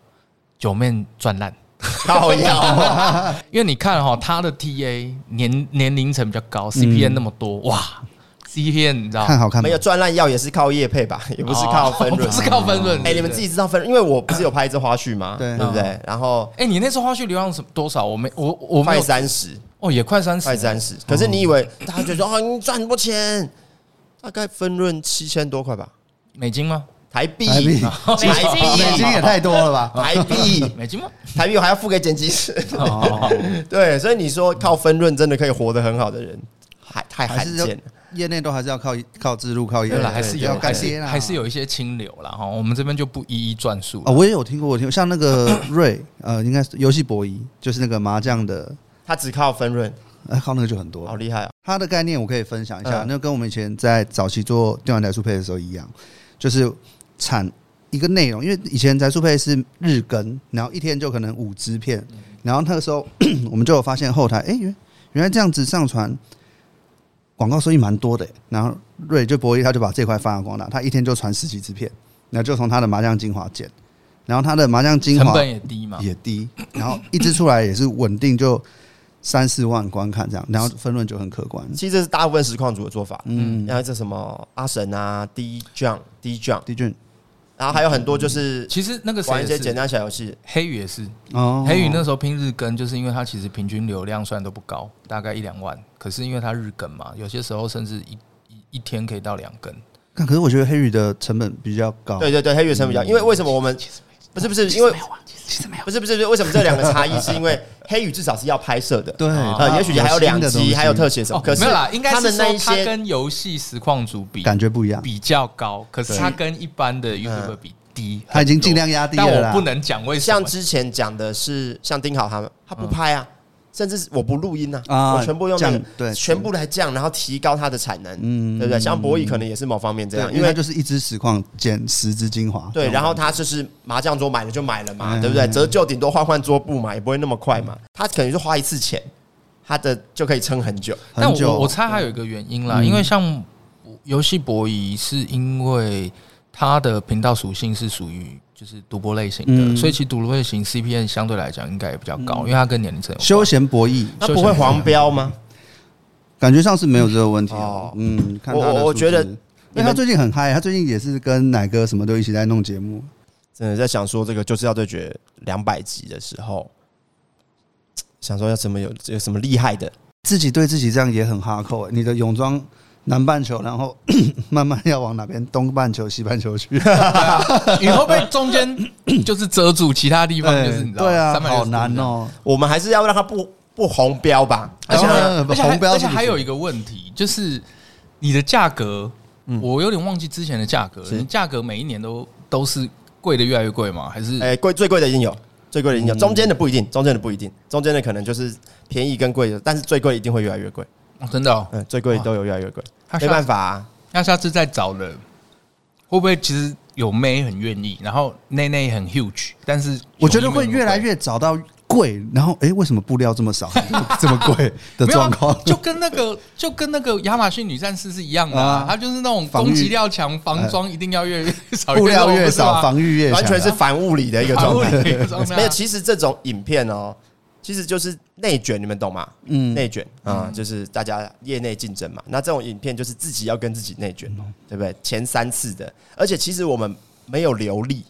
Speaker 4: 九面赚烂，
Speaker 3: 靠腰。
Speaker 4: 因为你看哈、哦，他的 TA 年年龄层比较高，CPN 那么多，哇，CPN 你知道
Speaker 2: 嗯看好看吗
Speaker 3: 没有赚烂药也是靠业配吧，也不是靠分
Speaker 4: 哦
Speaker 3: 润，
Speaker 4: 不是靠分润。
Speaker 3: 哎、
Speaker 2: 啊
Speaker 3: 你们自己知道分，因为我不是有拍一支花絮吗？
Speaker 2: 对
Speaker 3: 对不对？然后
Speaker 4: 哎、你那时候花絮流量是多少？我没，我我没
Speaker 3: 快
Speaker 4: 有
Speaker 3: 三十，
Speaker 4: 哦，也快三十，
Speaker 3: 快三十。可是你以为大家觉得说哦，你赚很多钱，大概分润七千多块吧，
Speaker 4: 美金吗？
Speaker 3: 台币，
Speaker 2: 台币
Speaker 5: 金
Speaker 2: 美金也太多了 吧？
Speaker 3: 台币，
Speaker 4: 美金吗？
Speaker 3: 台币我还要付给剪辑师。
Speaker 2: 嗯 哦，
Speaker 3: 对，所以你说靠分润真的可以活得很好的人，还太
Speaker 2: 还
Speaker 3: 罕
Speaker 2: 是
Speaker 3: 见
Speaker 2: 要
Speaker 3: 了。
Speaker 2: 业内都还是要靠靠自入靠业
Speaker 4: 对
Speaker 2: 内，
Speaker 4: 了，还是有，
Speaker 2: 要干
Speaker 4: 还
Speaker 2: 爹
Speaker 4: 是
Speaker 2: 啦，
Speaker 4: 还是有一些清流啦。哈。我们这边就不一一转述
Speaker 2: 啊，我也有听过，我听过像那个 瑞，呃，应该是游戏博弈，就是那个麻将的，
Speaker 3: 他只靠分润，
Speaker 2: 呃，靠那个就很多
Speaker 3: 好
Speaker 2: 了。
Speaker 3: 厉害哦！
Speaker 2: 它的概念我可以分享一下，
Speaker 3: 嗯
Speaker 2: 那跟我们以前在早期做电玩台数配的时候一样，就是产一个内容，因为以前宅数配是日更，然后一天就可能五支片，
Speaker 4: 嗯
Speaker 2: 然后那个时候 我们就有发现后台，哎、原原来这样子上传。广告收益蛮多的、然后瑞就博弈，他就把这块发扬光大，他一天就传十几支片，然后就从他的麻将精华剪，然后他的麻将精华
Speaker 4: 成本也低嘛。
Speaker 2: 也低，然后一支出来也是稳定就三四万观看这样，然后分论就很可观。
Speaker 3: 其实这是大部分实况组的做法。
Speaker 2: 嗯，
Speaker 3: 然后这什么阿神啊，D John D John，
Speaker 2: 帝俊
Speaker 3: 然后还有很多就是
Speaker 4: 嗯其实那个
Speaker 3: 玩
Speaker 4: 谁
Speaker 3: 一
Speaker 4: 也
Speaker 3: 些简
Speaker 4: 是，
Speaker 3: 单小游戏，
Speaker 4: 黑羽也是，
Speaker 2: 哦
Speaker 4: 黑羽那时候拼日更，就是因为他其实平均流量虽然都不高，大概一两万，可是因为他日更嘛，有些时候甚至一一一天可以到两
Speaker 2: 哦
Speaker 4: 更。
Speaker 2: 看，可是我觉得黑羽的成本比较高。
Speaker 3: 对对对，黑月城比较，因为为什么我们不是不是因为不是不是不是为什么这两个差异？是因为黑羽至少是要拍摄的，
Speaker 2: 对，
Speaker 4: 啊
Speaker 3: 呃，也许还有两集，还有特
Speaker 2: 写，
Speaker 3: 写什么，
Speaker 4: 哦
Speaker 3: 可，是
Speaker 4: 没有啦，应该
Speaker 3: 他
Speaker 4: 是
Speaker 3: 们那
Speaker 4: 说
Speaker 3: 一
Speaker 4: 他
Speaker 3: 些
Speaker 4: 跟游戏实况组比，
Speaker 2: 感觉不一样。
Speaker 4: 比较高，可是
Speaker 3: 对
Speaker 4: 它跟一般的 YouTube 比低很
Speaker 2: 嗯
Speaker 4: 多，
Speaker 2: 他已经尽量压低了
Speaker 4: 但
Speaker 2: 啦
Speaker 4: 我不能讲为什
Speaker 3: 像
Speaker 4: 么。
Speaker 3: 之前讲的是像丁好他们，他不拍啊，甚至是我不录音呢、
Speaker 2: 啊
Speaker 3: 我全部用那
Speaker 2: 降
Speaker 3: 个
Speaker 2: 对
Speaker 3: 全部来降，然后提高它的产能，
Speaker 2: 嗯
Speaker 3: 对不对？像博弈可能也是某方面这
Speaker 2: 对啊
Speaker 3: 样，，
Speaker 2: 因
Speaker 3: 因
Speaker 2: 为它
Speaker 3: 为
Speaker 2: 就是一支实况减十支精华。
Speaker 3: 对，然后他就是麻将桌买了就买了嘛，
Speaker 2: 嗯
Speaker 3: 对不对？折旧顶多换换桌布嘛，也不会那么快嘛。他可能就花一次钱，他的就可以撑很久。
Speaker 2: 很
Speaker 4: 但
Speaker 2: 久
Speaker 4: 我我猜还有一个原因啦，
Speaker 2: 嗯
Speaker 4: 因为像游戏博弈是因为它的频道属性是属于就是赌博类型的，
Speaker 2: 嗯
Speaker 4: 所以其实赌博类型 CPN 相对来讲应该也比较高，因为它跟年龄层有关
Speaker 2: 休闲博弈，
Speaker 3: 那不会黄标吗？
Speaker 2: 感觉上是没有这个问题啊
Speaker 3: 哦。
Speaker 2: 嗯，看他的
Speaker 3: 我我
Speaker 2: 数字
Speaker 3: 我觉得
Speaker 2: 因为他最近很嗨，他最近也是跟奶哥什么都一起在弄节目。
Speaker 3: 真的在想说，这个就是要对决两百集的时候，想说要怎么有有什么厉害的？
Speaker 2: 自己对自己这样也很哈扣、欸。你的泳装南半球，然后 慢慢要往哪边东半球、西半球去，
Speaker 4: 你会不会中间就是遮住其他地方？就是你知道吗
Speaker 2: 对啊，
Speaker 4: 360
Speaker 2: 好难
Speaker 4: 度
Speaker 2: 哦、
Speaker 3: 我们还是要让他不不红标吧？而
Speaker 4: 这
Speaker 3: 且
Speaker 4: 样。
Speaker 2: 当然
Speaker 3: 呢
Speaker 4: 而且还
Speaker 2: 红标
Speaker 4: 而
Speaker 2: 是不
Speaker 4: 且
Speaker 2: 行
Speaker 4: 还有一个问题就是你的价格，
Speaker 2: 嗯
Speaker 4: 我有点忘记之前的价格了，
Speaker 3: 是
Speaker 4: 你价格每一年都都是贵的越来越贵吗？还是
Speaker 3: 哎，贵最贵的已经有，最贵的已
Speaker 2: 嗯
Speaker 3: 经有，中间的不一定，中间的不一定，中间的可能就是便宜跟贵的，但是最贵一定会越来越贵。
Speaker 4: 哦真的哦？
Speaker 3: 嗯，最贵都有越来越贵，
Speaker 4: 他
Speaker 3: 没
Speaker 4: 下
Speaker 3: 办法啊。
Speaker 4: 那下次再找人，会不会其实有妹很愿意，然后内内很 huge，但是
Speaker 2: 我觉得会越来越找到贵，然后诶，为什么布料这么 少，这么贵的
Speaker 4: 没有啊
Speaker 2: 状况？
Speaker 4: 就跟那个就跟那个亚马逊女战士是一样的、啊
Speaker 2: 啊，
Speaker 4: 她就是那种
Speaker 2: 防御
Speaker 4: 攻击力要强，防装一定要越
Speaker 3: 啊
Speaker 4: 少，
Speaker 2: 布料
Speaker 4: 肉
Speaker 2: 越少，
Speaker 4: 不
Speaker 2: 防御越强，啊
Speaker 3: 完全是反物理的一
Speaker 4: 是
Speaker 3: 个
Speaker 4: 吗
Speaker 3: 状态。
Speaker 4: 防御力 的状态啊
Speaker 3: 没有，其实这种影片哦，其实就是内卷，你们懂吗？
Speaker 2: 嗯
Speaker 3: 内卷啊，就是大家业内竞争嘛。那这种影片就是自己要跟自己内卷，
Speaker 2: 嗯
Speaker 3: 对不对？前三次的，而且其实我们没有留力，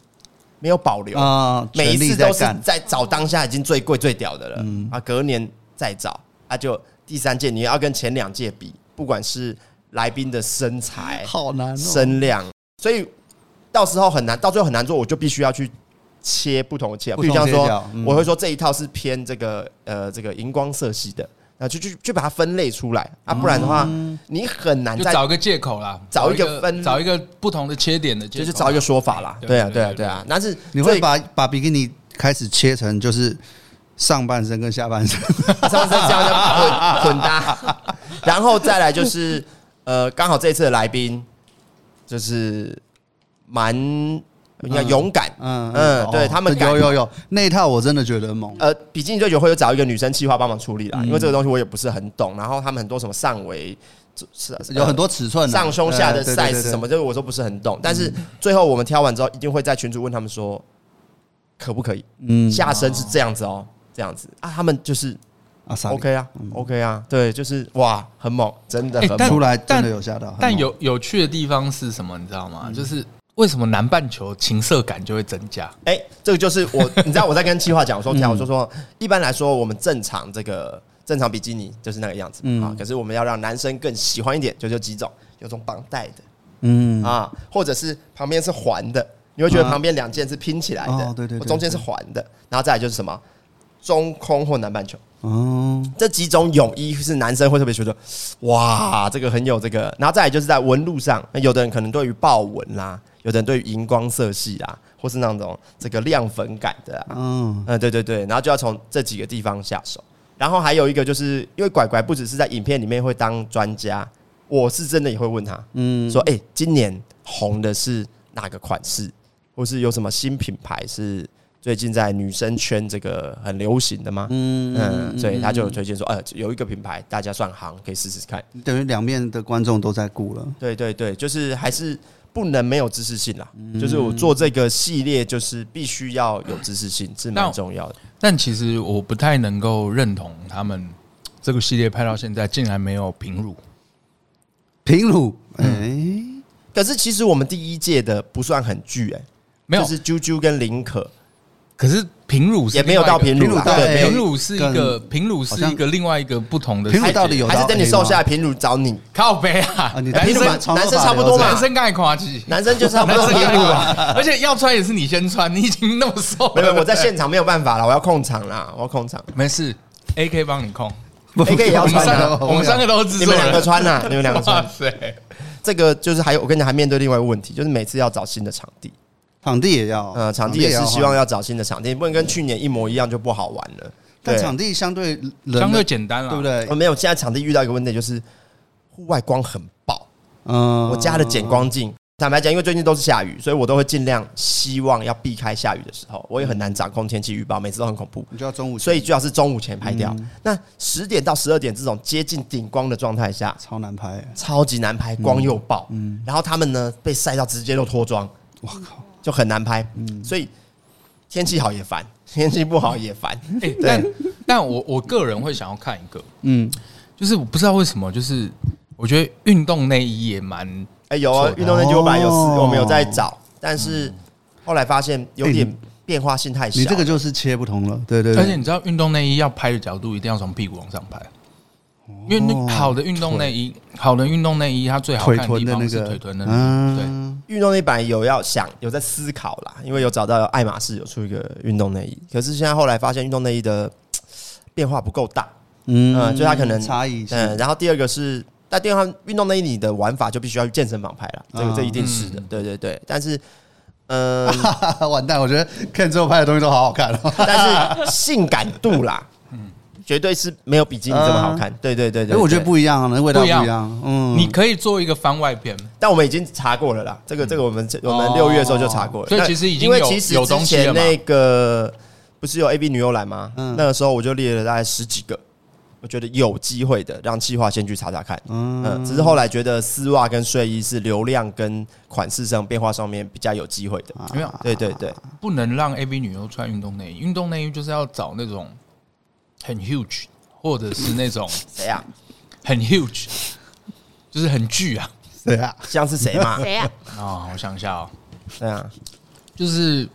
Speaker 3: 没有保留，
Speaker 2: 啊，
Speaker 3: 每一
Speaker 2: 全
Speaker 3: 次
Speaker 2: 力
Speaker 3: 都
Speaker 2: 在
Speaker 3: 是
Speaker 2: 干，嗯
Speaker 3: 在找当下已经最贵最屌的了，啊，隔年再找，啊，就第三届你要跟前两届比，不管是来宾的身材，
Speaker 2: 好难哦。
Speaker 3: 声量，所以到时候很难，到最后很难做，我就必须要去切不同的切，
Speaker 2: 不
Speaker 3: 比
Speaker 2: 同
Speaker 3: 如像
Speaker 2: 切角
Speaker 3: 说，
Speaker 2: 嗯
Speaker 3: 我会说这一套是偏这个呃这个荧光色系的，那就去去把它分类出来啊，不然的话
Speaker 2: 嗯
Speaker 3: 你很难
Speaker 4: 就
Speaker 3: 再
Speaker 4: 找一个借口啦，
Speaker 3: 找一个分
Speaker 4: 找一个不同的切点的借口
Speaker 3: 就
Speaker 4: 啦，
Speaker 3: 是找
Speaker 2: 嗯
Speaker 3: 一个说法啦，
Speaker 4: 对
Speaker 3: 对啊对
Speaker 4: 对
Speaker 3: 啊
Speaker 4: 对
Speaker 3: 对啊，但是
Speaker 2: 你会把把比基尼开始切成就是上半身跟下半身，
Speaker 3: 把上身这样这样 混混搭，然后再来就是呃刚好这一次的来宾就是蛮应该勇敢，
Speaker 2: 嗯
Speaker 3: 嗯对
Speaker 2: 哦
Speaker 3: 他们敢
Speaker 2: 有有有那一套，我真的觉得很猛。
Speaker 3: 呃，比基尼醉酒会有找一个女生企划帮忙处理啦，因为
Speaker 2: 嗯
Speaker 3: 这个东西我也不是很懂。然后他们很多什么上围，是
Speaker 2: 有很多尺寸啊、
Speaker 3: 上胸下的
Speaker 2: 呃对对对
Speaker 3: size
Speaker 2: 对嗯
Speaker 3: 什么，这个我都不是很懂。但是最后我们挑完之后，一定会在群主问他们说，可不可以
Speaker 2: 嗯
Speaker 3: 下身是这样子哦，这样子啊？他们就是
Speaker 2: 啊傻逼
Speaker 3: OK 啊，OK 啊，对，就是哇，很猛，真的
Speaker 4: 哎
Speaker 3: 很
Speaker 4: 但
Speaker 2: 出
Speaker 3: 猛。
Speaker 2: 来真
Speaker 4: 但
Speaker 2: 的有吓到，
Speaker 4: 但
Speaker 2: 很猛
Speaker 4: 有有趣的地方是什么？你知道吗？
Speaker 2: 嗯
Speaker 4: 就是为什么南半球情色感就会增加？
Speaker 3: 哎，这个就是我，你知道我在跟企 划讲，我说讲，
Speaker 2: 嗯
Speaker 3: 我就说，一般来说我们正常这个正常比基尼就是那个样子
Speaker 2: 嗯
Speaker 3: 啊，可是我们要让男生更喜欢一点，就就几种，有种绑带的。
Speaker 2: 嗯
Speaker 3: 啊，或者是旁边是环的，你会觉得
Speaker 2: 啊
Speaker 3: 旁边两件是拼起来的，
Speaker 2: 哦对对对
Speaker 3: 或中间是环的，然后再来就是什么中空或南半球
Speaker 2: 哦
Speaker 3: 这几种泳衣是男生会特别觉得哇，这个很有这个，然后再来就是在纹路上，有的人可能对于豹纹啦，有的人对于荧光色系啦，或是那种这个亮粉感的啊，
Speaker 2: 嗯
Speaker 3: 嗯，对对对，然后就要从这几个地方下手。然后还有一个就是因为拐拐不只是在影片里面会当专家，我是真的也会问他，
Speaker 2: 嗯
Speaker 3: 说哎、欸今年红的是哪个款式，或是有什么新品牌是最近在女生圈这个很流行的吗？
Speaker 2: 嗯
Speaker 3: 嗯，所以他就有推荐说，呃，有一个品牌大家算行，可以试试看。
Speaker 2: 等于两边的观众都在顾了，
Speaker 3: 对对对，就是还是不能没有知识性啦。就是我做这个系列，就是必须要有知识性，是蛮
Speaker 4: 那
Speaker 3: 重要的。
Speaker 4: 但其实我不太能够认同他们这个系列拍到现在竟然没有平乳，
Speaker 2: 平乳
Speaker 3: 嗯
Speaker 2: 哎
Speaker 3: 可是其实我们第一届的不算很巨哎、
Speaker 4: 没有，
Speaker 3: 就是啾啾跟林可
Speaker 4: 可是平乳是
Speaker 3: 也没有到
Speaker 4: 平
Speaker 3: 平乳啦，啊
Speaker 2: 平乳到
Speaker 3: 对，没有
Speaker 4: 平乳是一个平乳
Speaker 2: 好
Speaker 4: 是
Speaker 2: 像
Speaker 4: 一个另外一个不同的
Speaker 2: 平乳
Speaker 4: 世界
Speaker 2: 到底有
Speaker 3: 还是等你
Speaker 2: 黑
Speaker 3: 瘦
Speaker 2: 吗
Speaker 3: 下来，平乳找你。
Speaker 4: 靠背啊
Speaker 2: 啊，你
Speaker 3: 哎
Speaker 2: 男
Speaker 3: 平乳
Speaker 2: 生
Speaker 3: 吧
Speaker 2: 长头
Speaker 3: 男生
Speaker 2: 发
Speaker 3: 差不多嘛
Speaker 4: 男生盖夸起，
Speaker 3: 男生就是差不
Speaker 4: 男
Speaker 3: 多
Speaker 4: 生
Speaker 3: 平
Speaker 4: 盖
Speaker 3: 乳
Speaker 4: 夸
Speaker 3: 吧。，
Speaker 4: 而且要穿也是你先穿，你已经那么瘦了，
Speaker 3: 没有，我在现场没有办法了，我要控场啦，我要控场。
Speaker 4: 没事，A K 帮你控，
Speaker 2: 留着
Speaker 3: 哎可以要
Speaker 4: 我们
Speaker 3: 穿
Speaker 4: 三
Speaker 3: 啊
Speaker 4: 个我们三个都是
Speaker 3: 你们两个穿啦，你们两个
Speaker 4: 哇
Speaker 3: 穿。
Speaker 4: 塞，
Speaker 3: 这个就是还有，我跟你讲，还面对另外一个问题，就是每次要找新的场地，
Speaker 2: 场地也要，
Speaker 3: 呃，场地也是希
Speaker 2: 要
Speaker 3: 望
Speaker 2: 啊
Speaker 3: 要找新的场地，不能跟去年一模一样就不好玩了。
Speaker 2: 但
Speaker 3: 对
Speaker 2: 场地相对人
Speaker 4: 相对啊简单了，
Speaker 2: 对不？对
Speaker 3: 哦，？没有，现在场地遇到一个问题，就是户外光很爆。
Speaker 2: 嗯，
Speaker 3: 我家的减光镜，坦白讲，因为最近都是下雨，所以我都会尽量希望要避开下雨的时候。我也很难掌控天气预报，每次都很恐怖，
Speaker 2: 你就要中午前，
Speaker 3: 所以最好是中午前拍掉。
Speaker 2: 嗯
Speaker 3: 那十点到十二点这种接近顶光的状态下，
Speaker 2: 超难拍欸。
Speaker 3: 超级难拍，光又爆。
Speaker 2: 嗯，
Speaker 3: 然后他们呢被晒到直接就脱妆，
Speaker 2: 我靠，
Speaker 3: 就很难拍。
Speaker 2: 嗯
Speaker 3: 所以天气好也烦，天气不好也烦。
Speaker 4: 哎、但但我我个人会想要看一个，
Speaker 2: 嗯，
Speaker 4: 就是我不知道为什么，就是我觉得运动内衣也蛮
Speaker 3: 哎、有啊
Speaker 4: 错，的
Speaker 3: 运动内衣我本来有试，
Speaker 2: 哦嗯
Speaker 3: 我们有在找，但是后来发现有
Speaker 2: 哎
Speaker 3: 点变化性太小。
Speaker 2: 你这个就是切不同了，对对
Speaker 4: 而且
Speaker 2: 对
Speaker 4: 你，知道，运动内衣要拍的角度一定要从屁股往上拍，因为那好的运动内衣，好的运动内衣它最好
Speaker 2: 哦腿
Speaker 4: 看的
Speaker 2: 臀
Speaker 4: 地
Speaker 2: 的那
Speaker 4: 方
Speaker 2: 个
Speaker 4: 是，腿臀的那个，
Speaker 2: 嗯，
Speaker 3: 运动内版有要想有在思考啦，因为有找到爱马仕有出一个运动内衣，可是现在后来发现运动内衣的变化不够大，
Speaker 2: 嗯
Speaker 3: 嗯就它可能
Speaker 2: 差异性，
Speaker 3: 嗯，然后第二个是，但第二个运动内衣你的玩法就必须要去健身房拍了，这个
Speaker 2: 啊
Speaker 3: 这一定是的，
Speaker 4: 嗯
Speaker 3: 对对对，但是。嗯，
Speaker 2: 完蛋，我觉得 Ken 之后拍的东西都好好看哦。
Speaker 3: 但是性感度啦，
Speaker 2: 嗯
Speaker 3: 绝对是没有比基尼这么好看。对对对
Speaker 2: 哎，
Speaker 3: 对，
Speaker 2: 我觉得
Speaker 3: 对，
Speaker 2: 不一样啊，那味道不一
Speaker 4: 不一
Speaker 2: 样。
Speaker 4: 对，
Speaker 2: 嗯，
Speaker 4: 你可以做一个番外篇，
Speaker 3: 但我们已经查过了啦。这个这个，我们我们
Speaker 4: 哦
Speaker 3: 六月的时候就查过了。
Speaker 4: 所以
Speaker 3: 那
Speaker 4: 其实已经
Speaker 3: 因为
Speaker 4: 有
Speaker 3: 其实
Speaker 4: 有
Speaker 3: 之
Speaker 4: 东西
Speaker 3: 前
Speaker 4: 了嘛
Speaker 3: 那个不是有 A B 女优来吗？
Speaker 2: 嗯
Speaker 3: 那个时候我就列了大概十几个，我觉得有机会的，让计划先去查查看。嗯，
Speaker 2: 嗯，
Speaker 3: 只是后来觉得丝袜跟睡衣是流量跟款式上变化上面比较有机会的。
Speaker 2: 啊
Speaker 4: 有没有
Speaker 3: 对对对，
Speaker 4: 不能让 AV 女优穿运动内衣，运动内衣就是要找那种很 huge，或者是那种
Speaker 3: 谁啊？
Speaker 4: 很 huge，就是很巨啊
Speaker 2: 对啊，
Speaker 3: 像是谁 嘛？
Speaker 5: 谁呀？
Speaker 4: 啊、我想一下哦，
Speaker 3: 对啊，
Speaker 4: 就是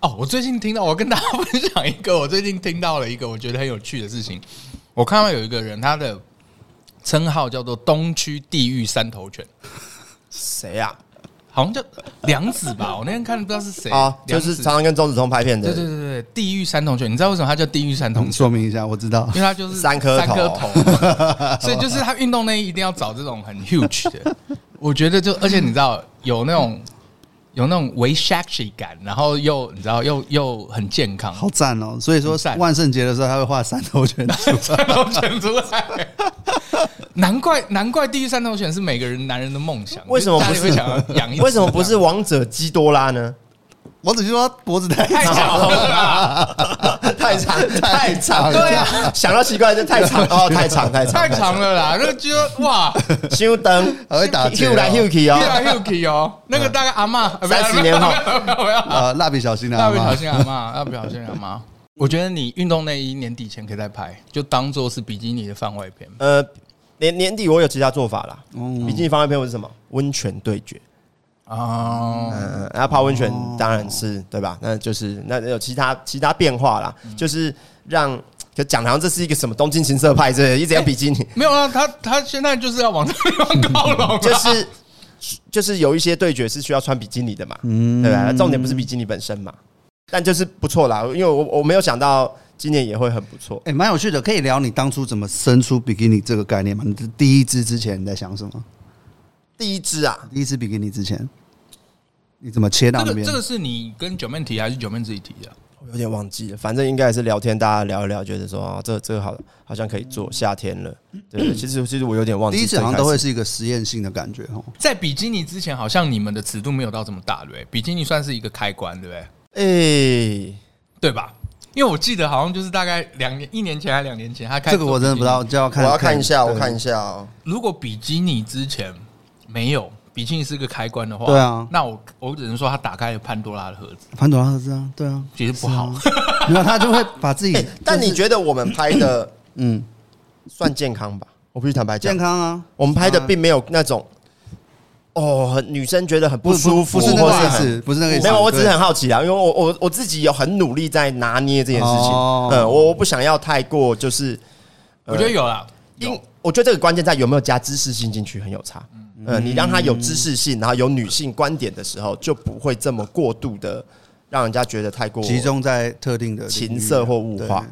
Speaker 4: 哦，我最近听到，我跟大家分享一个，我最近听到了一个我觉得很有趣的事情。我看到有一个人，他的称号叫做“东区地狱三头犬
Speaker 3: 谁啊？”，
Speaker 4: 好像叫梁子吧？我那天看不知道是谁
Speaker 3: 啊，就
Speaker 4: 梁子
Speaker 3: 是常常跟钟子通拍片的
Speaker 4: 对对对对，地狱三头犬。你知道为什么他叫地狱三头
Speaker 2: 嗯
Speaker 4: 犬？
Speaker 2: 说明一下，我知道
Speaker 4: 因为。他就是
Speaker 3: 三颗
Speaker 4: 三颗
Speaker 3: 头
Speaker 4: 头，所以就是他运动内衣一定要找这种很 huge 的。 我觉得就而且你知道有那种有那种微 sexy 感，然后又你知道又又很健康，
Speaker 2: 好赞哦！所以说
Speaker 4: 很赞
Speaker 2: 万圣节的时候，他会画三头犬 出来。
Speaker 4: 三头犬出来，难怪难怪地狱三头犬是每个人男人的梦想。
Speaker 3: 为什么不
Speaker 4: 就是大家会想要养一只？
Speaker 3: 为什么不是王者基多拉呢？
Speaker 2: 我只是说他脖子太
Speaker 4: 太
Speaker 2: 长，
Speaker 4: 巧 了啦？
Speaker 3: 太长太长，
Speaker 4: 对
Speaker 3: 啊，想到奇怪就太长哦，太长太长
Speaker 4: 太长，了啦！那个就哇，
Speaker 3: 修灯
Speaker 2: 还会打结
Speaker 3: Q 来 Q
Speaker 2: 哦。
Speaker 3: 去
Speaker 4: 又
Speaker 3: 哦，
Speaker 4: 来又 k 哦，那个大概阿妈
Speaker 3: 30年 后，
Speaker 4: 我要
Speaker 2: 呃，蜡笔小新啊，
Speaker 4: 要不小心阿妈，要不小心阿妈。我觉得你运动内衣年底前可以再拍，就当做是比基尼的番外篇。
Speaker 3: 呃，年年底我有其他做法啦。
Speaker 2: 嗯
Speaker 3: 比基尼方面篇我是什么？温泉对决。
Speaker 4: 哦，
Speaker 3: 嗯，那泡温泉当然是对吧？那就是那有其他其他变化啦，就是让就讲好像这是一个什么东京情色派之类的，一直要比基尼。
Speaker 4: 没有啊，他他现在就是要往这个地方靠拢啊，
Speaker 3: 就是就是有一些对决是需要穿比基尼的嘛，
Speaker 2: 嗯
Speaker 3: 对吧？重点不是比基尼本身嘛，但就是不错啦，因为我我没有想到今年也会很不错。
Speaker 2: 哎，蛮有趣的，可以聊你当初怎么生出比基尼这个概念吗？你第一支之前你在想什么？
Speaker 3: 第一支啊，
Speaker 2: 第一支比基尼之前，你怎么切到
Speaker 4: 这
Speaker 2: 那
Speaker 4: 个
Speaker 2: 边
Speaker 4: 这？个是你跟九妹提还是九妹自己提啊的？
Speaker 3: 我有点忘记了，反正应该也是聊天，大家聊一聊，觉得说啊，这这个好好像可以做，夏天了。 对，其实其实我有点忘记，
Speaker 2: 第一次好像都
Speaker 3: 最
Speaker 2: 会
Speaker 3: 开始
Speaker 2: 是一个实验性的感觉哦。
Speaker 4: 在比基尼之前，好像你们的尺度没有到这么大，对不对？比基尼算是一个开关，对不对？
Speaker 3: 哎、
Speaker 4: 对吧？因为我记得好像就是大概两年、一年前还两年前，他开始
Speaker 2: 这个我真的不知道，
Speaker 4: 做
Speaker 2: 就要看。
Speaker 3: 我要看一下，我看一
Speaker 2: 下。
Speaker 3: 下哦、
Speaker 4: 比基尼。如果比基尼之前没有比基尼是个开关的话，
Speaker 2: 对啊
Speaker 4: 那我我只能说他打开了潘多拉的盒子，
Speaker 2: 潘朵拉是啊，对啊，
Speaker 4: 其实不好。
Speaker 2: 没有他就会把自己
Speaker 3: 哎、。但
Speaker 2: 就是
Speaker 3: 你觉得我们拍的
Speaker 2: 嗯，
Speaker 3: 算健康吧？我必须坦白讲
Speaker 2: 健，康啊，
Speaker 3: 我们拍的并没有那种哦，很女生觉得很
Speaker 2: 不
Speaker 3: 不舒服，
Speaker 2: 不是那
Speaker 3: 或
Speaker 2: 个
Speaker 3: 是
Speaker 2: 意
Speaker 3: 很
Speaker 2: 思，不是那个意思。
Speaker 3: 没有，我只是
Speaker 2: 对
Speaker 3: 很好奇啦，因为我我我自己有很努力在拿捏这件事情，
Speaker 2: 哦
Speaker 3: 嗯，我我不想要太过就是，呃
Speaker 4: 我觉得 有啦，
Speaker 3: 因
Speaker 4: 有
Speaker 3: 我觉得这个关键在有没有加知识性进去很有差，嗯，你让他有知识性，然后有女性观点的时候，就不会这么过度的让人家觉得太过
Speaker 2: 集，中在特定的啊
Speaker 3: 情色或物化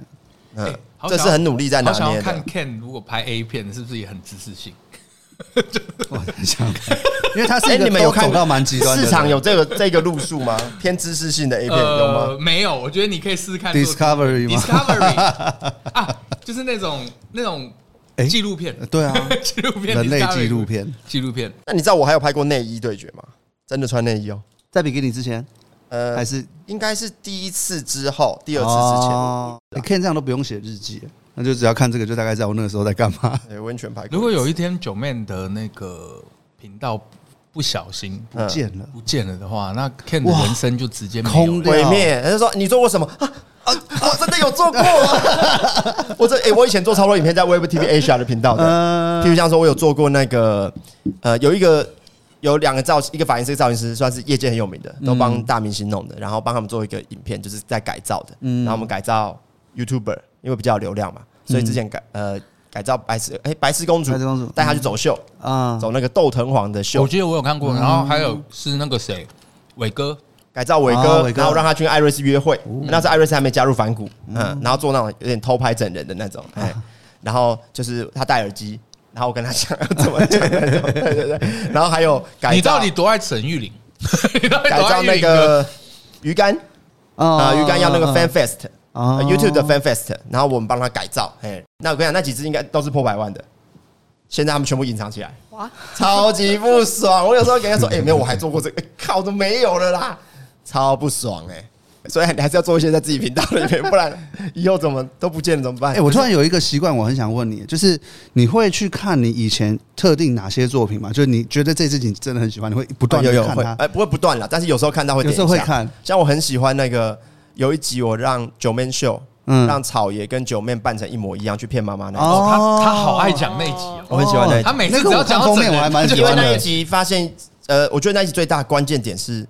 Speaker 2: 对
Speaker 3: 嗯
Speaker 4: 哎，好
Speaker 3: 这
Speaker 4: 想
Speaker 3: 是很努力在拿
Speaker 4: 好想
Speaker 3: 捏
Speaker 4: 要
Speaker 3: 的
Speaker 4: 看，Ken 如果拍 A 片，是不是也很知识性？
Speaker 2: 我在想看，因为它是一
Speaker 3: 哎
Speaker 2: 个
Speaker 3: 你们有
Speaker 2: 都
Speaker 3: 看
Speaker 2: 走到蛮极端的呃
Speaker 3: 市场有这个这个路数吗？偏知识性的 A 片有吗？
Speaker 4: 呃没有，我觉得你可以试试看做
Speaker 2: Discovery 吗
Speaker 4: Discovery 啊，就是那种那种
Speaker 2: 哎
Speaker 4: 纪录片，
Speaker 2: 对啊，
Speaker 4: 纪录片，
Speaker 2: 人类
Speaker 4: Discovery
Speaker 2: 纪录，片，
Speaker 4: 纪录片。
Speaker 3: 那你知道我还有拍过内衣对决吗？真的穿内衣哦，
Speaker 2: 在比基尼之前
Speaker 3: 呃
Speaker 2: 还，是
Speaker 3: 应该是第一次之后，第
Speaker 2: 第
Speaker 3: 二次之前，
Speaker 2: 你看这样都不用写日记，那就只要看这个就大概知道我那个时候在干嘛。
Speaker 3: 对温泉拍过。
Speaker 4: 如果有一天九妹的那个频道不小心
Speaker 2: 不见了，
Speaker 4: 不见了的话，那 Ken 的人生就直接没有
Speaker 2: 空
Speaker 4: 了
Speaker 2: 掉
Speaker 3: 毁灭，他就说你做过什么啊？啊，我真的有做过、 我这哎、我以前做超多影片在 Web TV Asia 的频道的，譬如
Speaker 2: 呃，
Speaker 3: 像说我有做过那个呃，有一个有两个造型，一个发型师，一个造型师，算是业界很有名的，都帮大明星弄的，然后帮他们做一个影片，就是在改造的，然后我们改造 YouTuber，因为比较有流量嘛，所以之前改呃改造白石哎、白石公主
Speaker 2: 白石公主
Speaker 3: 带她去走秀，
Speaker 2: 啊，
Speaker 3: 走那个斗藤黄的秀
Speaker 4: 我，觉得我有看过，然后还有是那个谁，伟哥，
Speaker 3: 改造伟
Speaker 2: 啊
Speaker 3: 哥
Speaker 2: 伟，哥哦
Speaker 3: 然后让他去跟艾瑞斯约会。那时候艾瑞斯还没加入反骨，嗯，然后做那种有点偷拍整人的那
Speaker 2: 啊
Speaker 3: 种，哎，然后就是他戴耳机，然后我跟他讲要怎么讲，对对对，然后还有改
Speaker 4: 你
Speaker 3: 造
Speaker 4: 到底多爱沈玉玲？ 你到底
Speaker 3: 改
Speaker 4: 多爱
Speaker 3: 造
Speaker 4: 玉玲
Speaker 3: 那
Speaker 4: 哥
Speaker 3: 个鱼竿
Speaker 2: 哦
Speaker 3: 啊，鱼竿要那个 Fan Fest
Speaker 2: 啊
Speaker 3: 呃 YouTube 的 Fan Fest，然后我们帮他改造，哎，那我跟你讲，那几只应该都是破百万的。现在他们全部隐藏起来，
Speaker 5: 哇，
Speaker 3: 超级不爽。我有时候给人家说：“哎、没有，我还做过这个，哎靠，都没有了啦，超不爽哎、所以你还是要做一些在自己频道里 面，不然以后怎么都不见了怎么办？
Speaker 2: 哎、我突然有一个习惯，我很想问你，就是你会去看你以前特定哪些作品吗？就是你觉得这支你真的很喜欢，你会不断
Speaker 3: 有
Speaker 2: 的
Speaker 3: 有
Speaker 2: 看
Speaker 3: 会，
Speaker 2: 它
Speaker 3: 哎、。不会不断了，但是有时候看到会
Speaker 2: 有
Speaker 3: 点
Speaker 2: 时候
Speaker 3: 一
Speaker 2: 会
Speaker 3: 下
Speaker 2: 看，
Speaker 3: 像我很喜欢那个有一集，我让九妹秀，
Speaker 2: 嗯
Speaker 3: 让草爷跟九妹扮成一模一样去骗妈妈那一集
Speaker 2: 哦
Speaker 4: 哦，他他好爱讲那集哦，
Speaker 3: 我很喜欢那一集
Speaker 4: 他每次
Speaker 2: 那个
Speaker 4: 只要
Speaker 2: 我看
Speaker 4: 讲到
Speaker 2: 封
Speaker 4: 整
Speaker 2: 面
Speaker 4: 人，
Speaker 2: 我还蛮
Speaker 4: 他就
Speaker 2: 喜
Speaker 3: 因为
Speaker 2: 欢
Speaker 3: 那一
Speaker 2: 的。
Speaker 3: 集发现，呃，我觉得那一集最大的关键点是，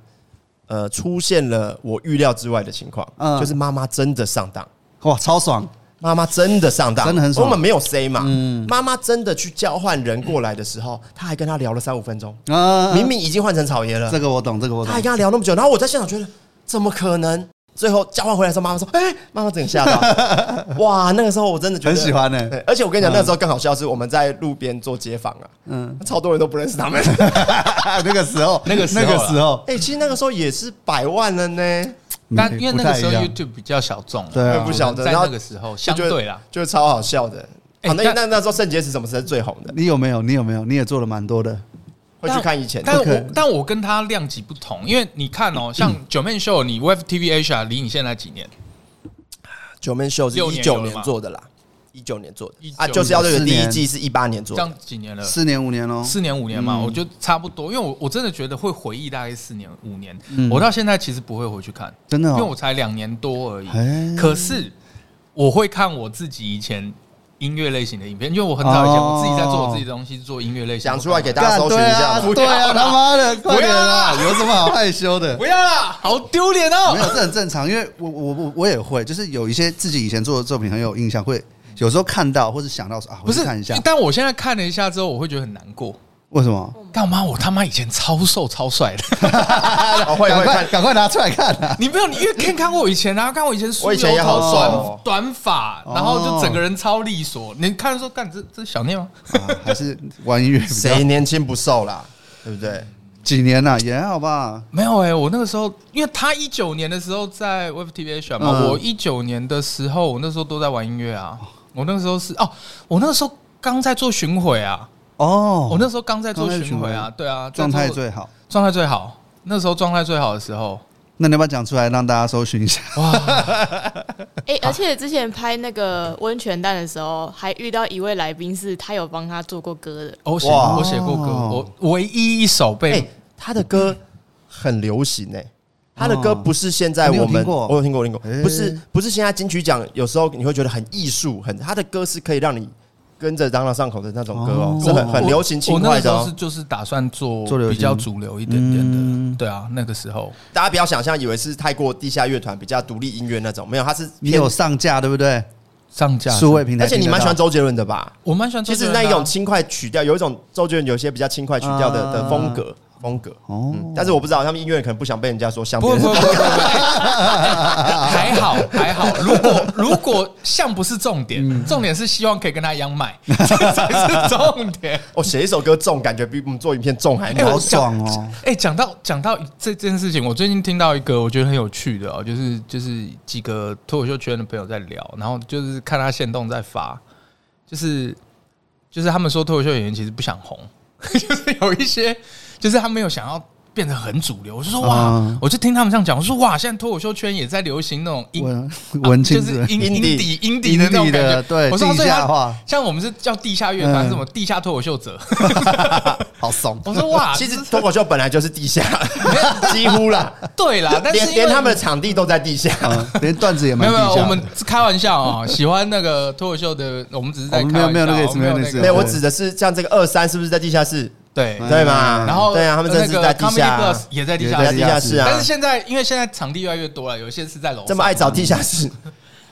Speaker 3: 呃，出现了我预料之外的情况，
Speaker 2: 嗯
Speaker 3: 就是妈妈真的上当。
Speaker 2: 哇，超爽！
Speaker 3: 妈妈真的上当，
Speaker 2: 真的很爽嗯
Speaker 3: 我们没有 C 嘛，妈妈真的去交换人过来的时候，他还跟他聊了三五分钟，
Speaker 2: 啊，
Speaker 3: 明明已经换成草爷
Speaker 2: 嗯
Speaker 3: 了
Speaker 2: 这，个我懂，这个我
Speaker 3: 他
Speaker 2: 懂
Speaker 3: 还。跟他聊那么久，然后我在现场觉得怎么可能？最后交换回来的时候，妈妈说：“哎、妈妈整个吓到， 哇！那个时候我真的觉得
Speaker 2: 很喜欢欸
Speaker 3: 对而且我跟你讲，那时候更好笑的是我们在路边做街访啊，
Speaker 2: 嗯，
Speaker 3: 超多人都不认识他们。
Speaker 2: 那个时候，
Speaker 4: 那个时候
Speaker 2: 那
Speaker 4: 啦
Speaker 2: 个时候，
Speaker 3: 哎、其实那个时候也是百万了呢，
Speaker 4: 但因为那个时候
Speaker 2: 不太一样
Speaker 4: YouTube 比较小众，
Speaker 2: 对啊
Speaker 3: 不晓得
Speaker 4: 在
Speaker 3: 然后
Speaker 4: 那个时候相对啦，
Speaker 3: 就觉得就超好笑的。
Speaker 4: 哎
Speaker 3: 啊，那
Speaker 4: 但
Speaker 3: 那那时候圣洁是什么时候最红的？
Speaker 2: 你有没有？你有没有？你也做了蛮多的。
Speaker 3: 会去看以前的。
Speaker 4: 但
Speaker 2: 不可
Speaker 4: 我但我跟他量级不同，因为你看哦，像九面秀，你 w e b TV Asia 离你现在几年？
Speaker 3: 九面秀是
Speaker 4: 六
Speaker 3: 一
Speaker 4: 年
Speaker 3: 九
Speaker 4: 有了
Speaker 3: 年
Speaker 4: 嘛
Speaker 3: 做的啦，一九年做的
Speaker 4: 19
Speaker 3: 啊，就是要这个
Speaker 2: 四
Speaker 3: 第一
Speaker 2: 年
Speaker 3: 季是一八年做
Speaker 4: 这
Speaker 3: 的
Speaker 4: 样，几年了？
Speaker 2: 四年五年哦喽，
Speaker 4: 呃四年五年
Speaker 2: 嗯
Speaker 4: 嘛，我觉得差不多，因为我我真的觉得会回忆大概四年五年，我到现在其实不会回去看，
Speaker 2: 真嗯的哦
Speaker 4: 因为我才两年多而已
Speaker 2: 哎。
Speaker 4: 可是我会看我自己以前音乐类型的影片，因为我很早以前
Speaker 2: 哦
Speaker 4: 我自己在做我自己的东西，做音乐类型。
Speaker 3: 讲出来给大家
Speaker 2: 干
Speaker 3: 搜寻
Speaker 2: 对
Speaker 3: 一
Speaker 2: 啊
Speaker 3: 下吧。
Speaker 2: 对啊，
Speaker 4: 不要啦
Speaker 2: 他妈的，快点啊！
Speaker 4: 不
Speaker 2: 有什么好害羞的？
Speaker 4: 不要啦，好丢脸
Speaker 2: 没有，
Speaker 4: 哦！
Speaker 2: 这很正常，因为我我我我也会，就是有一些自己以前做的作品很有印象，会有时候看到或者想到说啊，我
Speaker 4: 不
Speaker 2: 去
Speaker 4: 是
Speaker 2: 看一下，
Speaker 4: 但我现在看了一下之后，我会觉得很难过。
Speaker 2: 为什么？
Speaker 4: 干嘛？我他妈以前超瘦超帅的，
Speaker 3: 我哦会
Speaker 2: 赶
Speaker 3: 会
Speaker 2: 快
Speaker 3: 看，
Speaker 2: 赶快拿出来看啊！
Speaker 4: 你没有？你因为看看过我以前啊，看我以前
Speaker 3: 我
Speaker 4: 梳
Speaker 3: 以前也
Speaker 4: 油
Speaker 3: 好
Speaker 4: 头
Speaker 3: 瘦
Speaker 4: 短
Speaker 3: 哦
Speaker 4: 短发，然后就整个人超利索。你看的时候，干这这是小念吗？
Speaker 2: 啊还是玩音乐比较
Speaker 3: 谁年轻不瘦啦，对不对？
Speaker 2: 几年呐、也还好吧。
Speaker 4: 没有哎、我那个时候，因为他一九年的时候在 Web TV 选嘛，
Speaker 2: 嗯
Speaker 4: 我一九年的时候，我那时候都在玩音乐啊。我那个时候是哦，我那个时候刚在做巡回啊，
Speaker 2: 哦，
Speaker 4: 我那时候刚在做
Speaker 2: 刚在
Speaker 4: 巡回啊
Speaker 2: 巡，回
Speaker 4: 对啊，在
Speaker 2: 状态
Speaker 4: 做
Speaker 2: 最好。
Speaker 4: 状态最好，那时候状态最好的时候，
Speaker 2: 那你要不要讲出来让大家搜寻一下？
Speaker 5: 哎、而且之前拍那个温泉蛋的时候，还遇到一位来宾，是他有帮他做过歌的。
Speaker 4: 我写
Speaker 3: 哇
Speaker 4: 我写过歌，我唯一一首被、
Speaker 3: 哎，他的歌很流行诶，他的歌不是现在我
Speaker 2: 你有听
Speaker 3: 们
Speaker 2: 过
Speaker 3: 我有听过，我有听
Speaker 2: 哎
Speaker 3: 过，不是不是现在金曲奖有时候你会觉得很艺术，很他的歌是可以让你跟着朗朗上口的那种歌哦
Speaker 2: 哦，
Speaker 3: 是很很
Speaker 4: 我
Speaker 3: 流行
Speaker 4: 我
Speaker 3: 轻
Speaker 4: 那
Speaker 3: 快
Speaker 4: 个时
Speaker 3: 的
Speaker 4: 候是
Speaker 3: 哦。
Speaker 4: 就是打算做
Speaker 2: 做流行
Speaker 4: 比较主流一点点的，
Speaker 2: 嗯
Speaker 4: 对啊，那个时候
Speaker 3: 大家不要想象以为是泰国地下乐团比较独立音乐那种，没有，他是
Speaker 2: 你
Speaker 3: 偏
Speaker 2: 有，上架对不对？
Speaker 4: 上架
Speaker 2: 数位，平台，
Speaker 3: 而且你蛮喜欢，周杰伦的吧？
Speaker 4: 我蛮喜欢周
Speaker 3: 其
Speaker 4: 杰
Speaker 3: 实
Speaker 4: 伦的啊、
Speaker 3: 那一种轻快曲调，有一种周杰伦有一些比较轻快曲调的
Speaker 2: 啊
Speaker 3: 的风格，风格。
Speaker 2: 哦，
Speaker 3: 嗯，但是我不知道他们音乐可能不想被人家说像别
Speaker 4: 不不
Speaker 3: 人
Speaker 4: 不不，不 还好还好。如果如果像不是重
Speaker 3: 嗯
Speaker 4: 点，重点是希望可以跟他一 样卖，这才是重点。
Speaker 3: 我哦写一首歌重，感觉比我们做影片重还
Speaker 4: 哎
Speaker 3: 难
Speaker 4: 我。
Speaker 2: 好爽哦！
Speaker 4: 哎、讲到讲到这这件事情，我最近听到一个我觉得很有趣的哦，就是就是几个脱口秀圈的朋友在聊，然后就是看他现动在发，就是就是他们说脱口秀演员其实不想红， 就是有一些就是他没有想要。变得很主流，我就说哇，
Speaker 2: 啊
Speaker 4: 我就听他们这样讲，我说哇，现在脱口秀圈也在流行那种音
Speaker 2: 文
Speaker 4: 啊
Speaker 2: 文青
Speaker 4: 就是是英英
Speaker 3: Indie
Speaker 4: 底英底的那种
Speaker 2: Indie
Speaker 4: 感
Speaker 2: 的
Speaker 4: 觉。
Speaker 2: 对
Speaker 4: 我说
Speaker 2: 地
Speaker 4: 所以
Speaker 2: 下
Speaker 4: 他
Speaker 2: 化
Speaker 4: 像我们是叫地下乐团，
Speaker 2: 嗯
Speaker 4: 什么地下脱口秀者。
Speaker 2: 好
Speaker 3: 哦
Speaker 2: 怂，
Speaker 4: 我说 哇，
Speaker 3: 其实脱口秀本来就是地下， 几乎啦，
Speaker 4: 对 啦，但是
Speaker 3: 连
Speaker 4: 因为
Speaker 3: 连他们的场地都在地 下。
Speaker 2: 嗯连段子也
Speaker 4: 没
Speaker 2: 蛮地
Speaker 4: 有没有，
Speaker 2: 下的。
Speaker 4: 我们是开玩 笑啊、喜欢那个脱口秀的，我们只是在
Speaker 2: 我
Speaker 4: 开
Speaker 2: 们
Speaker 4: 玩
Speaker 2: 哦没有
Speaker 4: 笑，
Speaker 2: 没有那个意思
Speaker 4: 我们
Speaker 2: 没有
Speaker 4: 没
Speaker 2: 那个意
Speaker 4: 有那
Speaker 2: 思
Speaker 4: 个
Speaker 3: 没有，我指的是像这个二三是不是在地下室？
Speaker 4: 对。
Speaker 2: 嗯
Speaker 3: 对嘛？
Speaker 4: 然后
Speaker 3: 对啊，他们这
Speaker 4: 那
Speaker 3: 是在
Speaker 4: 个
Speaker 3: 地
Speaker 4: Comedy
Speaker 3: 下啊
Speaker 4: Plus，也在地
Speaker 2: 也
Speaker 4: 下
Speaker 3: 在
Speaker 4: 室
Speaker 3: 地下室啊
Speaker 4: 但是现在因为现在场地越来越多了，有些是在楼上，
Speaker 3: 这么爱找地下 室，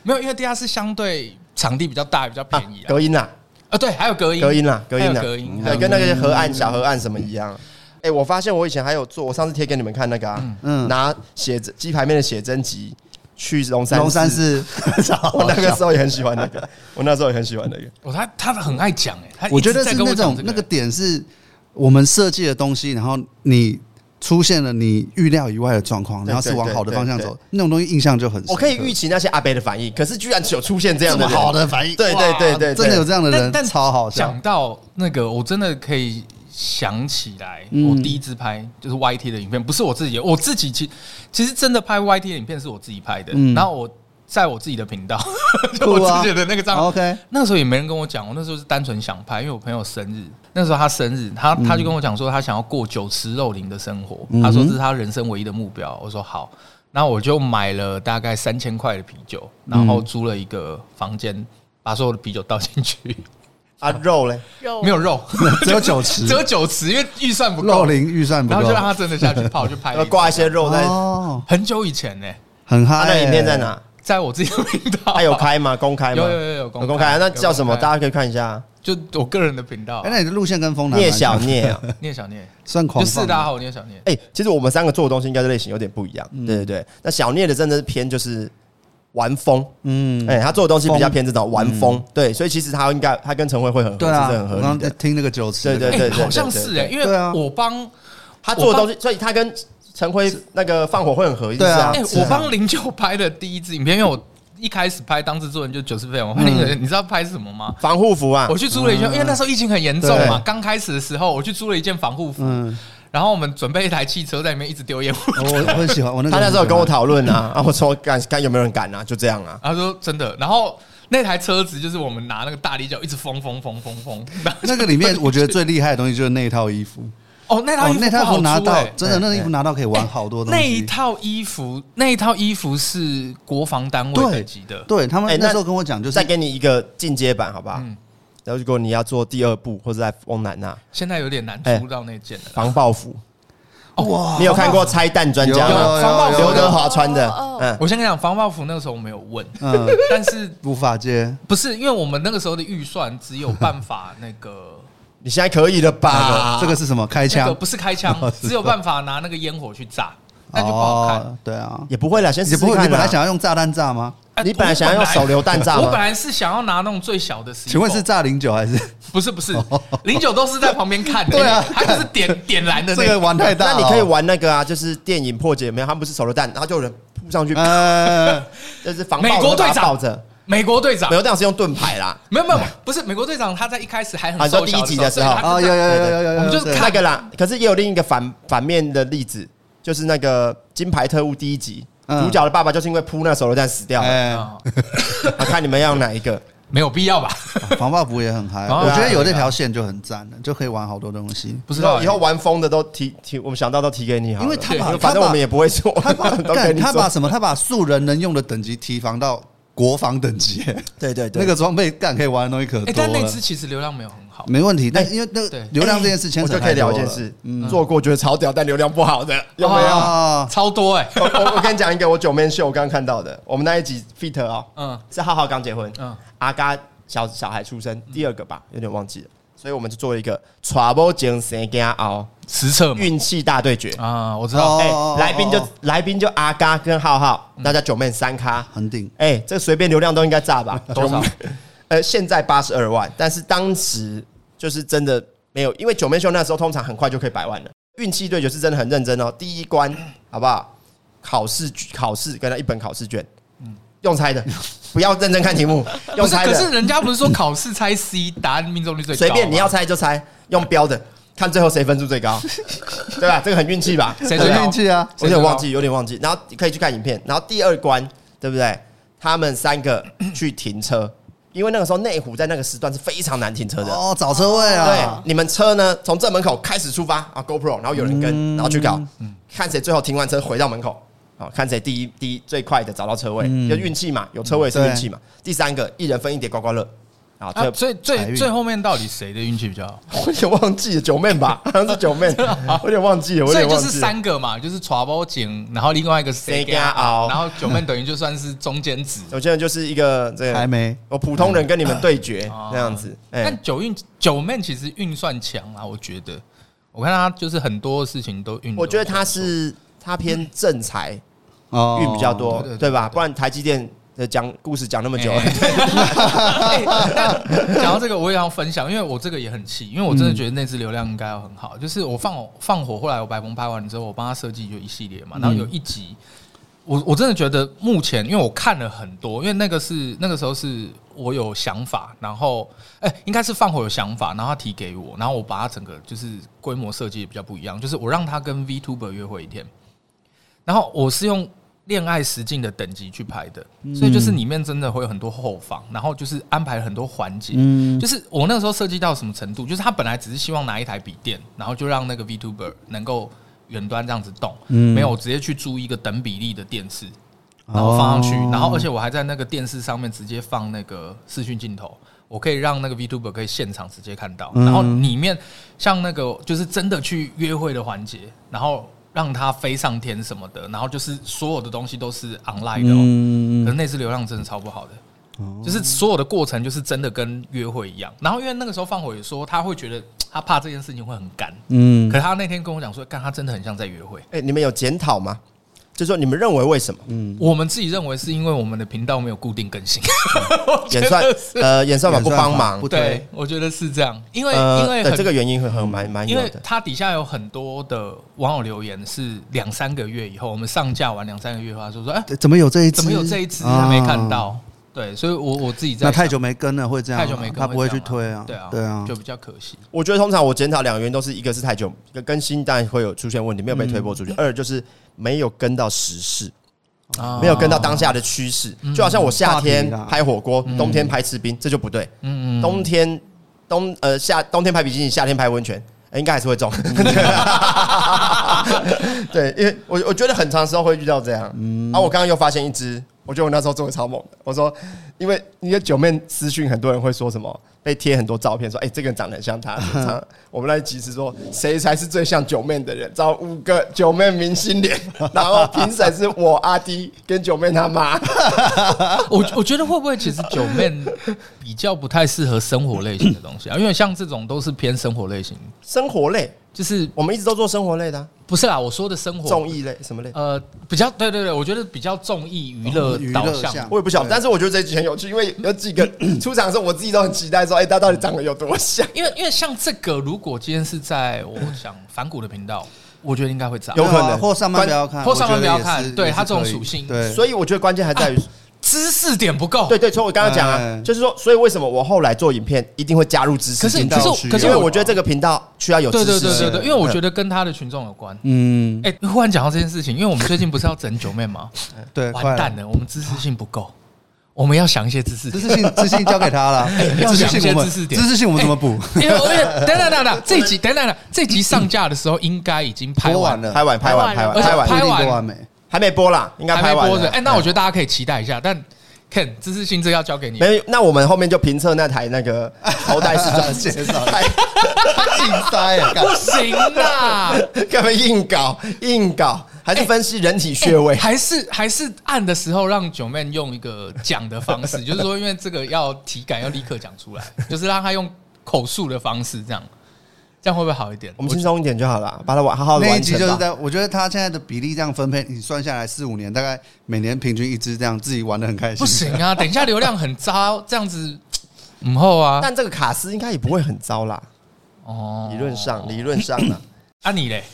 Speaker 4: 没有，因为地下室相对场地比较大，比较便
Speaker 3: 啊
Speaker 4: 宜 啊。
Speaker 3: 隔音啦，
Speaker 4: 啊，对，还有隔音，
Speaker 3: 隔音啦，隔音啊嗯
Speaker 4: 还
Speaker 3: 啦，
Speaker 4: 有隔音，还
Speaker 3: 对，
Speaker 4: 有
Speaker 3: 跟那个河岸小河岸什么一样。哎，我发现我以前还有做，我上次贴给你们看那个啊，
Speaker 2: 嗯
Speaker 3: 拿写真鸡排面的写真集去龙山
Speaker 2: 龙山，寺，
Speaker 3: 我那个时候也很喜欢那 个，我那时候也很喜欢那个。
Speaker 4: 我哦他他很爱讲哎，他一直
Speaker 2: 我觉得
Speaker 4: 在
Speaker 2: 是
Speaker 4: 跟
Speaker 2: 那
Speaker 4: 讲
Speaker 2: 种
Speaker 4: 这
Speaker 2: 那个点是我们设计的东西，然后你出现了你预料以外的状况，
Speaker 3: 对
Speaker 2: 然后是往
Speaker 3: 对
Speaker 2: 好的方向
Speaker 3: 对
Speaker 2: 走，那种东西印象就很深刻。
Speaker 3: 我可以预期那些阿伯的反应，可是居然有出现这样
Speaker 2: 这
Speaker 3: 的
Speaker 2: 么
Speaker 3: 人
Speaker 2: 好的反应，
Speaker 3: 对对对对，
Speaker 2: 真的有
Speaker 3: 对。
Speaker 2: 这样的人，
Speaker 4: 但但
Speaker 2: 超好笑
Speaker 4: 讲。到那个，我真的可以想起来，
Speaker 2: 嗯
Speaker 4: 我第一次拍就是 YT 的影片，不是我自己的，我自己其其实真的拍 YT 的影片是我自己拍的，
Speaker 2: 嗯
Speaker 4: 然后我在我自己的频道， 就
Speaker 2: 酷
Speaker 4: 我
Speaker 2: 啊
Speaker 4: 自己的那个账号。
Speaker 2: OK，
Speaker 4: 那时候也没人跟我讲，我那时候是单纯想拍，因为我朋友生日，那时候他生日，他他就跟我讲说他想要过酒池肉林的生活，
Speaker 2: 嗯嗯哼
Speaker 4: 他说这是他人生唯一的目标。我说好，那我就买了大概三千块的啤酒，然
Speaker 2: 嗯
Speaker 4: 后租了一个房间，把所有的啤酒倒进去，
Speaker 3: 啊肉嘞，
Speaker 5: 肉
Speaker 4: 没有肉，
Speaker 2: 只有九 池，
Speaker 4: 只有九十，因为预算不
Speaker 2: 肉
Speaker 4: 够，
Speaker 2: 零预算不
Speaker 4: 然后
Speaker 2: 够呃
Speaker 4: 就。让他真的下去泡，就拍
Speaker 3: 要
Speaker 4: 了
Speaker 3: 啊挂一些肉在。
Speaker 2: 哦，
Speaker 4: 很久以前呢、
Speaker 2: 很嗨
Speaker 3: 他
Speaker 2: 欸。
Speaker 3: 的影片在哪？
Speaker 4: 在我自己的频
Speaker 2: 哎
Speaker 4: 道，
Speaker 3: 他有开吗？公开吗？
Speaker 4: 有有有有公
Speaker 3: 有公开啊。
Speaker 4: 开
Speaker 3: 那
Speaker 4: 有
Speaker 3: 叫什么？
Speaker 4: 公开
Speaker 3: 大家可以看一下。
Speaker 4: 就我个人的频道
Speaker 2: 哎，，那你的路线跟风男
Speaker 3: 聂
Speaker 2: 蛮像
Speaker 3: 小聂 啊，
Speaker 4: 聂小聂，
Speaker 2: 算
Speaker 4: 就
Speaker 2: 狂
Speaker 4: 四
Speaker 2: 放
Speaker 4: 大
Speaker 2: 吗。
Speaker 4: 号聂小聂，
Speaker 3: 哎，其实我们三个做的东西应该是类型有点不一样。
Speaker 2: 嗯
Speaker 3: 对对对，那小聂的真的是偏就是玩风，
Speaker 2: 嗯，
Speaker 3: 哎，他做的东西比较偏这种玩风。对，所以其实他应该他跟陈慧慧很合，
Speaker 2: 对
Speaker 3: 这
Speaker 2: 啊，
Speaker 3: 是很
Speaker 2: 我
Speaker 3: 合
Speaker 2: 刚刚
Speaker 3: 理的。
Speaker 2: 听那个九池的感觉，
Speaker 3: 对对对对
Speaker 4: 好像是哎、
Speaker 3: 对
Speaker 4: 因
Speaker 2: 对啊
Speaker 4: 为我帮
Speaker 3: 他做的东西，所以他跟陈辉那个放火会很合，一
Speaker 2: 对啊
Speaker 3: 啊
Speaker 4: 哎、。
Speaker 2: 是啊
Speaker 4: 我帮零九拍的第一支影片，因为我一开始拍当制作人就九十分，我拍那
Speaker 2: 嗯
Speaker 4: 个你知道拍什么吗？
Speaker 3: 防护服啊
Speaker 4: 我，去租了一件，因为那时候疫情很严重嘛，
Speaker 2: 对
Speaker 4: 刚开始的时候我去租了一件防护服，
Speaker 2: 嗯，
Speaker 4: 然后我们准备一台汽车在里面一直丢烟雾，
Speaker 2: 我我很喜欢，我那个
Speaker 3: 他那时候
Speaker 2: 很喜欢
Speaker 3: 跟我讨论啊，啊，我说敢看有没有人敢啊，就这样啊。
Speaker 4: 他说真的，然后那台车子就是我们拿那个大力脚一直疯疯疯疯疯，然后
Speaker 2: 那个里面，我觉得最厉害的东西就是那一套衣服，
Speaker 4: 哦那
Speaker 2: 哦
Speaker 4: 套衣，服
Speaker 2: 那
Speaker 4: 不
Speaker 2: 套
Speaker 4: 好
Speaker 2: 服拿
Speaker 4: 租
Speaker 2: 到
Speaker 4: 欸
Speaker 2: 真的，那衣服拿到可以玩好多东
Speaker 4: 那一
Speaker 2: 西。
Speaker 4: 套衣服，那一套衣服是国防单位
Speaker 2: 对
Speaker 4: 等级的，
Speaker 2: 对他
Speaker 3: 哎
Speaker 2: 们
Speaker 3: 那
Speaker 2: 那时候跟我讲，就是
Speaker 3: 再给你一个进阶版，好不好？
Speaker 4: 嗯
Speaker 3: 然后如果你要做第二部，或者在翁南那
Speaker 4: 现在有点难
Speaker 3: 哎
Speaker 4: 租到那件了。哦
Speaker 3: 防爆服，
Speaker 4: 哎
Speaker 2: 哇
Speaker 3: 你有看过《拆弹专家》
Speaker 2: 有有
Speaker 3: 吗？
Speaker 2: 有有
Speaker 3: 刘
Speaker 2: 有
Speaker 3: 德华穿的
Speaker 5: 哦哦，
Speaker 3: 嗯，
Speaker 4: 我先跟你讲，防爆服那个时候我没有问，
Speaker 2: 嗯，
Speaker 4: 但是
Speaker 2: 无法接，
Speaker 4: 不是因为我们那个时候的预算只有办法那个
Speaker 3: 你现在可以了吧？
Speaker 2: 这个是什么？开
Speaker 4: 那个
Speaker 2: 枪
Speaker 4: 不是开 枪
Speaker 2: 哦，
Speaker 4: 只有办法拿那个烟火去炸，那就不好看。
Speaker 2: 哦对啊，
Speaker 3: 也不会啦，先
Speaker 2: 你
Speaker 3: 试试
Speaker 2: 不会，你
Speaker 3: 看
Speaker 2: 本来
Speaker 3: 啦。
Speaker 2: 想要用炸弹炸吗？
Speaker 4: 哎
Speaker 3: 你本来
Speaker 4: 我
Speaker 3: 想要用手榴弹炸
Speaker 4: 我本
Speaker 3: 吗？
Speaker 4: 来是想要拿那种最小的 C4，
Speaker 2: 请问是炸零九还是
Speaker 4: 不是不是，零九都是在旁 边看的，
Speaker 2: 对啊
Speaker 4: 他就是点 点燃的
Speaker 2: 这
Speaker 4: 那
Speaker 2: 个
Speaker 4: 个。
Speaker 2: 玩太大
Speaker 3: 那
Speaker 2: 了？
Speaker 3: 你可以玩那个啊，就是电影破解没有？他们不是手榴弹，然后就有人扑上去，
Speaker 2: 呃，
Speaker 3: 就是防爆
Speaker 4: 美国
Speaker 3: 把
Speaker 4: 队
Speaker 3: 他抱
Speaker 4: 长啊
Speaker 3: 着，
Speaker 4: 美国队长
Speaker 3: 美国队长是用盾牌啦，
Speaker 4: 没有没有，不是美国队长，他在一开始还
Speaker 3: 啊
Speaker 4: 很
Speaker 3: 你说
Speaker 4: 瘦小
Speaker 3: 第一集的时候啊
Speaker 4: 对他
Speaker 2: 哦，
Speaker 4: 就
Speaker 2: 有
Speaker 4: 在
Speaker 2: 有有有有有，
Speaker 4: 我们就
Speaker 2: 对
Speaker 4: 看
Speaker 3: 那个啦。可是也有另一个反反面的例子，就是那个《金牌特务》第一集，
Speaker 2: 嗯
Speaker 3: 主角的爸爸就是因为扑那手榴弹死掉了。
Speaker 2: 哎，
Speaker 4: 啊
Speaker 3: 啊看你们要用哪一个？
Speaker 4: 没有必 要吧？
Speaker 2: 防爆服也很嗨，
Speaker 4: 防
Speaker 2: 我
Speaker 4: 爆
Speaker 2: 觉
Speaker 4: 服
Speaker 2: 得有
Speaker 4: 也
Speaker 2: 这
Speaker 4: 很
Speaker 2: 条线就很赞了，就可以玩好多东西。
Speaker 4: 不知
Speaker 3: 以后
Speaker 4: 道哎
Speaker 3: 以后玩疯的都提提，我们想到都提给你好
Speaker 2: 哎
Speaker 3: 了，
Speaker 2: 因为他把
Speaker 3: 反
Speaker 2: 他
Speaker 3: 正
Speaker 2: 把
Speaker 3: 我们也不会做，
Speaker 2: 他 把
Speaker 3: 都给
Speaker 2: 干
Speaker 3: 你
Speaker 2: 他
Speaker 3: 做
Speaker 2: 把什么？他把素人能用的等级提防到国防等级，
Speaker 3: 对对对，
Speaker 2: 那个装备干可以玩的东西可多
Speaker 4: 哎，
Speaker 2: 了。
Speaker 4: 但那只其实流量没有很好。
Speaker 2: 没问题，但
Speaker 3: 哎
Speaker 2: 因为那个
Speaker 4: 对
Speaker 2: 流量这件事牵
Speaker 3: 我
Speaker 2: 扯
Speaker 3: 就可以
Speaker 2: 太
Speaker 3: 聊
Speaker 2: 多
Speaker 3: 一件
Speaker 2: 了。嗯
Speaker 3: 事，做过觉得超屌，但流量不好的有没有？
Speaker 2: 啊，
Speaker 4: 超多哎、
Speaker 3: 我我我跟你讲一个我九面秀我刚看到的，我们那一集 fit 哦，
Speaker 4: 嗯
Speaker 3: 是浩浩刚结婚，
Speaker 4: 嗯，
Speaker 3: 阿嘎小小孩出生第二个吧，有点忘记了，所以我们就做一个 Trouble 精神跟熬
Speaker 4: 实测嘛
Speaker 3: 运气大对决。
Speaker 4: 啊，我知道，
Speaker 3: 哎、
Speaker 2: 哦
Speaker 3: 来宾就、
Speaker 2: 哦
Speaker 3: 来宾就阿嘎跟浩浩，大家九妹三咖。
Speaker 2: 很顶，
Speaker 3: 哎、这随便流量都应该炸 吧？
Speaker 4: 多少？
Speaker 3: 呃，现在八十二万，但是当时就是真的没有，因为九妹秀那时候通常很快就可以百万了。运气对决是真的很认真哦，第一关好不好？考试考试跟他一本考试卷，用猜的，不要认真看题 目，
Speaker 4: 嗯不
Speaker 3: 用
Speaker 4: 是，
Speaker 3: 猜
Speaker 4: 可是啊
Speaker 3: 的，
Speaker 4: 人家不是说考试猜 C，答案命中率最高吗，
Speaker 3: 随便你要猜就猜，用标的，看最后谁分数最 高，对吧？这个很运气吧？对
Speaker 4: 谁最
Speaker 3: 吧
Speaker 4: 高
Speaker 2: 很运气啊！
Speaker 3: 我有点忘记，有点忘记。然后可以去看影片。然后第二关，对不对？他们三个去停车，因为那个时候内湖在那个时段是非常难停车的。
Speaker 2: 哦，找车位
Speaker 3: 对
Speaker 2: 啊，，
Speaker 3: 你们车呢从正门口开始出发啊，GoPro，然后有人
Speaker 2: 嗯
Speaker 3: 跟，然后去搞，看谁最后停完车回到门口。啊，看谁第一第一最快的找到车位，
Speaker 2: 嗯
Speaker 3: 就运气嘛，有车位是
Speaker 2: 对
Speaker 3: 运气嘛。第三个，一人分一碟刮刮乐，啊，
Speaker 4: 啊，
Speaker 3: 这
Speaker 4: 最
Speaker 2: 财
Speaker 4: 最
Speaker 2: 运
Speaker 4: 最后面到底谁的运气比较好？
Speaker 3: 我有点忘记了，九妹吧，好像是九 妹，我有点忘记了，我有
Speaker 4: 所以
Speaker 3: 点
Speaker 4: 就
Speaker 3: 忘
Speaker 4: 是
Speaker 3: 记了。
Speaker 4: 三个嘛，就是 trouble 井，然后另外一个是
Speaker 3: 谁
Speaker 4: 谁
Speaker 3: 给他熬
Speaker 4: 然后九妹等于就算是中间值。
Speaker 3: 有些人就是一个这个
Speaker 2: 还没
Speaker 3: 我哦普通人跟你们对决
Speaker 4: 嗯
Speaker 3: 这样子，哎、
Speaker 4: 但九运九妹其实运算强啊，我觉得，我看她就是很多事情都运。
Speaker 3: 我觉得他是他偏正财
Speaker 2: 哦
Speaker 3: 运比较多，
Speaker 4: 对对对
Speaker 3: 对吧？不然台积电的讲故事讲那么久，
Speaker 4: 哎 哎但讲到这个，我也要分享，因为我这个也很气，因为我真的觉得那支流量应该要很好。就是我放火放火，后来我白鹏拍完之后，我帮他设计就一系列嘛，然后有一集，我我真的觉得目前，因为我看了很多，因为那个是那个时候是我有想法，然后哎、应该是放火有想法，然后他提给我，然后我把它整个就是规模设计得比较不一样，就是我让他跟 VTuber 约会一天，然后我是用恋爱实境的等级去拍的，所以就是里面真的会有很多后方，然后就是安排了很多环节。
Speaker 2: 嗯
Speaker 4: 就是我那个时候设计到什么程度，就是他本来只是希望拿一台笔电，然后就让那个 VTuber 能够远端这样子动，
Speaker 2: 嗯
Speaker 4: 没有我直接去租一个等比例的电视，然后放上去，
Speaker 2: 哦
Speaker 4: 然后而且我还在那个电视上面直接放那个视讯镜头，我可以让那个 VTuber 可以现场直接看到，
Speaker 2: 嗯
Speaker 4: 然后里面像那个就是真的去约会的环节，然后让它飞上天什么的，然后就是所有的东西都是 online 的、哦，可是
Speaker 2: 嗯，
Speaker 4: 那次流量真的超不好的。就是所有的过程就是真的跟约会一样，然后因为那个时候放火也说他会觉得他怕这件事情会很干，
Speaker 2: 嗯
Speaker 4: 可是他那天跟我讲说，干他真的很像在约会。
Speaker 3: 哎、你们有检讨吗？就说你们认为为什么
Speaker 4: 我们自己认为是因为我们的频道没有固定更新，
Speaker 3: 演算呃演算法不
Speaker 2: 演算法
Speaker 3: 帮忙
Speaker 2: 不？
Speaker 4: 对，我觉得是这样，因为、因为
Speaker 3: 呃，对
Speaker 4: 很
Speaker 3: 这个原因会很蛮蛮
Speaker 4: 因
Speaker 3: 有
Speaker 4: 为
Speaker 3: 的。
Speaker 4: 它底下有很多的网友留言是两三个月以后，我们上架完两三个月后，他就说：“哎、
Speaker 2: 怎么有这一只？
Speaker 4: 怎么有这一支还没看
Speaker 2: 啊？
Speaker 4: 到？”对，所以我我自己在
Speaker 2: 那太
Speaker 4: 想
Speaker 2: 久没跟了，会这样啊，
Speaker 4: 太久没跟
Speaker 2: 他不会
Speaker 4: 这
Speaker 2: 去
Speaker 4: 样
Speaker 2: 推啊，
Speaker 4: 对啊，
Speaker 2: 对啊
Speaker 4: 就，比较可惜。
Speaker 3: 我觉得通常我检讨两个原因都是一个是太久更新，当然会有出现问题，没有被推播出
Speaker 4: 嗯
Speaker 3: 去；二就是没有跟到时事，
Speaker 4: 啊
Speaker 3: 没有跟到当下的趋势。
Speaker 4: 嗯
Speaker 3: 就好像我夏天
Speaker 2: 话题啦
Speaker 3: 拍火锅，冬天拍吃冰，这就不对。
Speaker 4: 嗯嗯
Speaker 3: 冬天冬呃夏冬天拍比基尼，夏天拍温泉，呃应该还是会中。 对，因为我我觉得很长时候会遇到这样。然后我刚刚又发现一只，我觉得我那时候做的超猛的。我说，因为你的九妹私讯，很多人会说什么，被贴很多照片，说哎、这个人长得很像他。这个长得我们来及时说，谁才是最像九妹的人？找五个九妹明星脸，然后评审是我阿迪跟九妹他妈。
Speaker 4: 我我觉得会不会其实九妹比较不太适合生活类型的东西啊？因为像这种都是偏生活类型，
Speaker 3: 生活类，
Speaker 4: 就是
Speaker 3: 我们一直都做生活类的啊、
Speaker 4: 不是啦？我说的生活
Speaker 3: 综艺类什么类？
Speaker 4: 哦呃，比较对对对，我觉得比较重意娱乐
Speaker 2: 哦娱乐
Speaker 4: 导
Speaker 2: 项
Speaker 4: 向
Speaker 2: 目
Speaker 3: 我也不晓得，
Speaker 2: 对
Speaker 3: 但是我觉得这一集很有趣，因为有几 个出场的时候，我自己都很期待说，哎、他到底长得有多像？
Speaker 4: 因为因为像这个，如果今天是在我想反骨的频道，我觉得应该会涨。
Speaker 3: 有可能
Speaker 2: 对啊或上班不要看，
Speaker 4: 或上班不要看
Speaker 2: 我觉得也是
Speaker 4: 对
Speaker 2: 也是
Speaker 4: 他这种
Speaker 2: 可以
Speaker 4: 属性
Speaker 2: 对，
Speaker 3: 所以我觉得关键还 在于，
Speaker 4: 知识点不够，
Speaker 3: 对对，所以我刚刚讲啊
Speaker 2: 哎，
Speaker 3: 就是说，所以为什么我后来做影片一定会加入知识
Speaker 4: 可是
Speaker 3: 性？
Speaker 4: 可
Speaker 2: 频道
Speaker 4: 是
Speaker 2: 需
Speaker 4: 可是
Speaker 3: 因为我
Speaker 4: 我
Speaker 3: 觉得这个频道需要有知
Speaker 4: 对对
Speaker 3: 识嗯
Speaker 4: 对对
Speaker 3: 性。
Speaker 4: 对，因为我觉得跟他的群众有关。
Speaker 2: 嗯，
Speaker 4: 哎、忽然讲到这件事情，因为我们最近不是要整九 妹吗？
Speaker 2: 对，快
Speaker 4: 完
Speaker 2: 了
Speaker 4: 蛋了，我们知识性不够，我们要想一些知识
Speaker 2: 知
Speaker 4: 点。
Speaker 2: 识性知识性交给他了，
Speaker 4: 要
Speaker 2: 知识
Speaker 4: 讲一些
Speaker 2: 性我们
Speaker 4: 知识点
Speaker 2: 知识性我们怎么 补？
Speaker 4: 因为我因为等等等等，这 集等等等，这集上架的时候应该已经拍
Speaker 2: 播完
Speaker 4: 完，
Speaker 2: 了，
Speaker 3: 拍完拍完拍
Speaker 4: 而
Speaker 3: 完
Speaker 4: 且
Speaker 3: 拍完
Speaker 2: 不一
Speaker 4: 拍
Speaker 2: 定
Speaker 4: 完
Speaker 2: 多完美，
Speaker 3: 还没播啦，应该
Speaker 4: 还
Speaker 3: 拍
Speaker 4: 没
Speaker 3: 完
Speaker 4: 播
Speaker 3: 了。
Speaker 4: 着。哎、那我觉得大家可以期待一下。但 Ken 知识性这个要交给你，
Speaker 3: 没有，那我们后面就评测那台那个 头戴式钻
Speaker 2: 介
Speaker 3: 戒，
Speaker 2: 绍
Speaker 3: 太
Speaker 2: 硬塞啊，干
Speaker 4: 不行啊啦。
Speaker 3: 干嘛硬搞硬搞？还是分析人体穴位
Speaker 4: 欸？还是还是按的时候让九妹 用一个讲的方式，就是说，因为这个要体感要立刻讲出来，就是让她用口述的方式，这样这样会不会好一点？
Speaker 3: 我们轻松一点就好了，把它完好好的
Speaker 2: 那一
Speaker 3: 完
Speaker 2: 集
Speaker 3: 成
Speaker 2: 就是
Speaker 3: 吧。
Speaker 2: 在，我觉得他现在的比例这样分配，你算下来四五年，大概每年平均一只这样，自己玩的很开心。
Speaker 4: 不行啊，等一下流量很渣，这样子 嗯后啊。
Speaker 3: 但这个卡斯应该也不会很糟啦，
Speaker 4: 哦
Speaker 3: 理论上，理论上啊，
Speaker 4: 啊你嘞，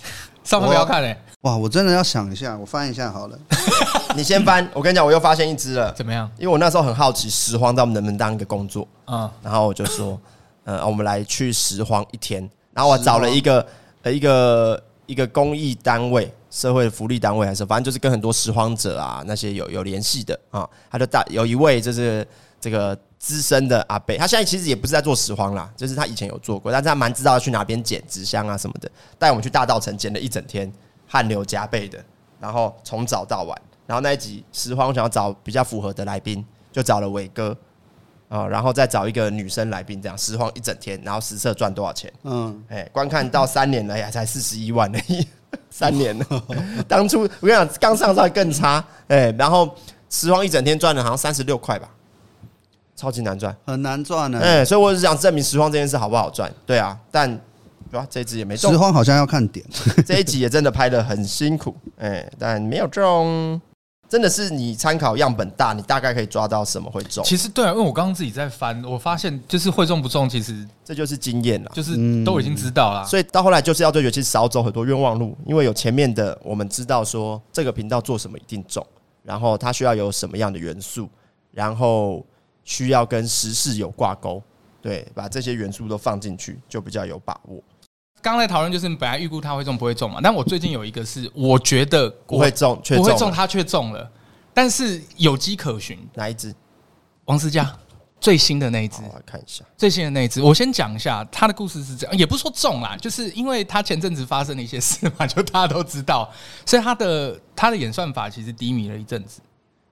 Speaker 4: 上回不要看嘞，
Speaker 2: 哇，我真的要想一下，我翻一下好了。
Speaker 3: 你先翻，我跟你讲，我又发现一只了，
Speaker 4: 怎么样？
Speaker 3: 因为我那时候很好奇拾荒到底能不能当一个工作，
Speaker 4: 嗯，
Speaker 3: 然后我就说，呃，我们来去拾荒一天。然后我找了一个呃一个一个公益单位、社会福利单位还是，反正就是跟很多拾荒者啊那些有有联系的啊。他就带有一位就是这个资深的阿伯，他现在其实也不是在做拾荒啦，就是他以前有做过，但是他蛮知道去哪边捡纸箱啊什么的，带我们去大稻城捡了一整天，汗流浃背的，然后从早到晚。然后那一集拾荒，我想要找比较符合的来宾，就找了伟哥，啊、然后再找一个女生来宾，这样拾荒一整天，然后实测赚多少钱？
Speaker 2: 嗯，
Speaker 3: 哎、观看到三年了，哎呀，才四十一万而已， 三年 了。当初我跟你讲，刚上上更差，哎、然后拾荒一整天赚了好像三十六块吧，超级难赚。
Speaker 2: 很难赚啊呢、
Speaker 4: 嗯
Speaker 3: 哎、所以我是想证明拾荒这件事好不好赚，对啊，但。对啊，这一集也没
Speaker 2: 拾
Speaker 3: 中，
Speaker 2: 荒好像要看点，
Speaker 3: 这一集也真的拍的很辛苦，哎、但没有中，真的是你参考样本大，你大概可以抓到什么会中，
Speaker 4: 其实对啊，因为我刚刚自己在翻，我发现就是会中不中，其实
Speaker 3: 这就是经验啦。
Speaker 4: 就是
Speaker 2: 嗯
Speaker 4: 都已经知道啦。
Speaker 3: 所以到后来就是要对决，其实少走很多冤枉路，因为有前面的我们知道说这个频道做什么一定中，然后它需要有什么样的元素，然后需要跟时事有挂钩，对，把这些元素都放进去就比较有把握。
Speaker 4: 刚才讨论就是本来预估他会中不会中嘛，但我最近有一个是我觉得
Speaker 3: 不会中，却
Speaker 4: 不
Speaker 3: 中
Speaker 4: 会
Speaker 3: 了
Speaker 4: 中，他却中了，但是有迹可循。
Speaker 3: 哪一只？
Speaker 4: 王思佳最新的那一只
Speaker 3: 好，，我来看一下。
Speaker 4: 最新的那一只，我先讲一下他的故事是这样，也不是说中啦，就是因为他前阵子发生了一些事嘛，就大家都知道，所以他的他的演算法其实低迷了一阵子。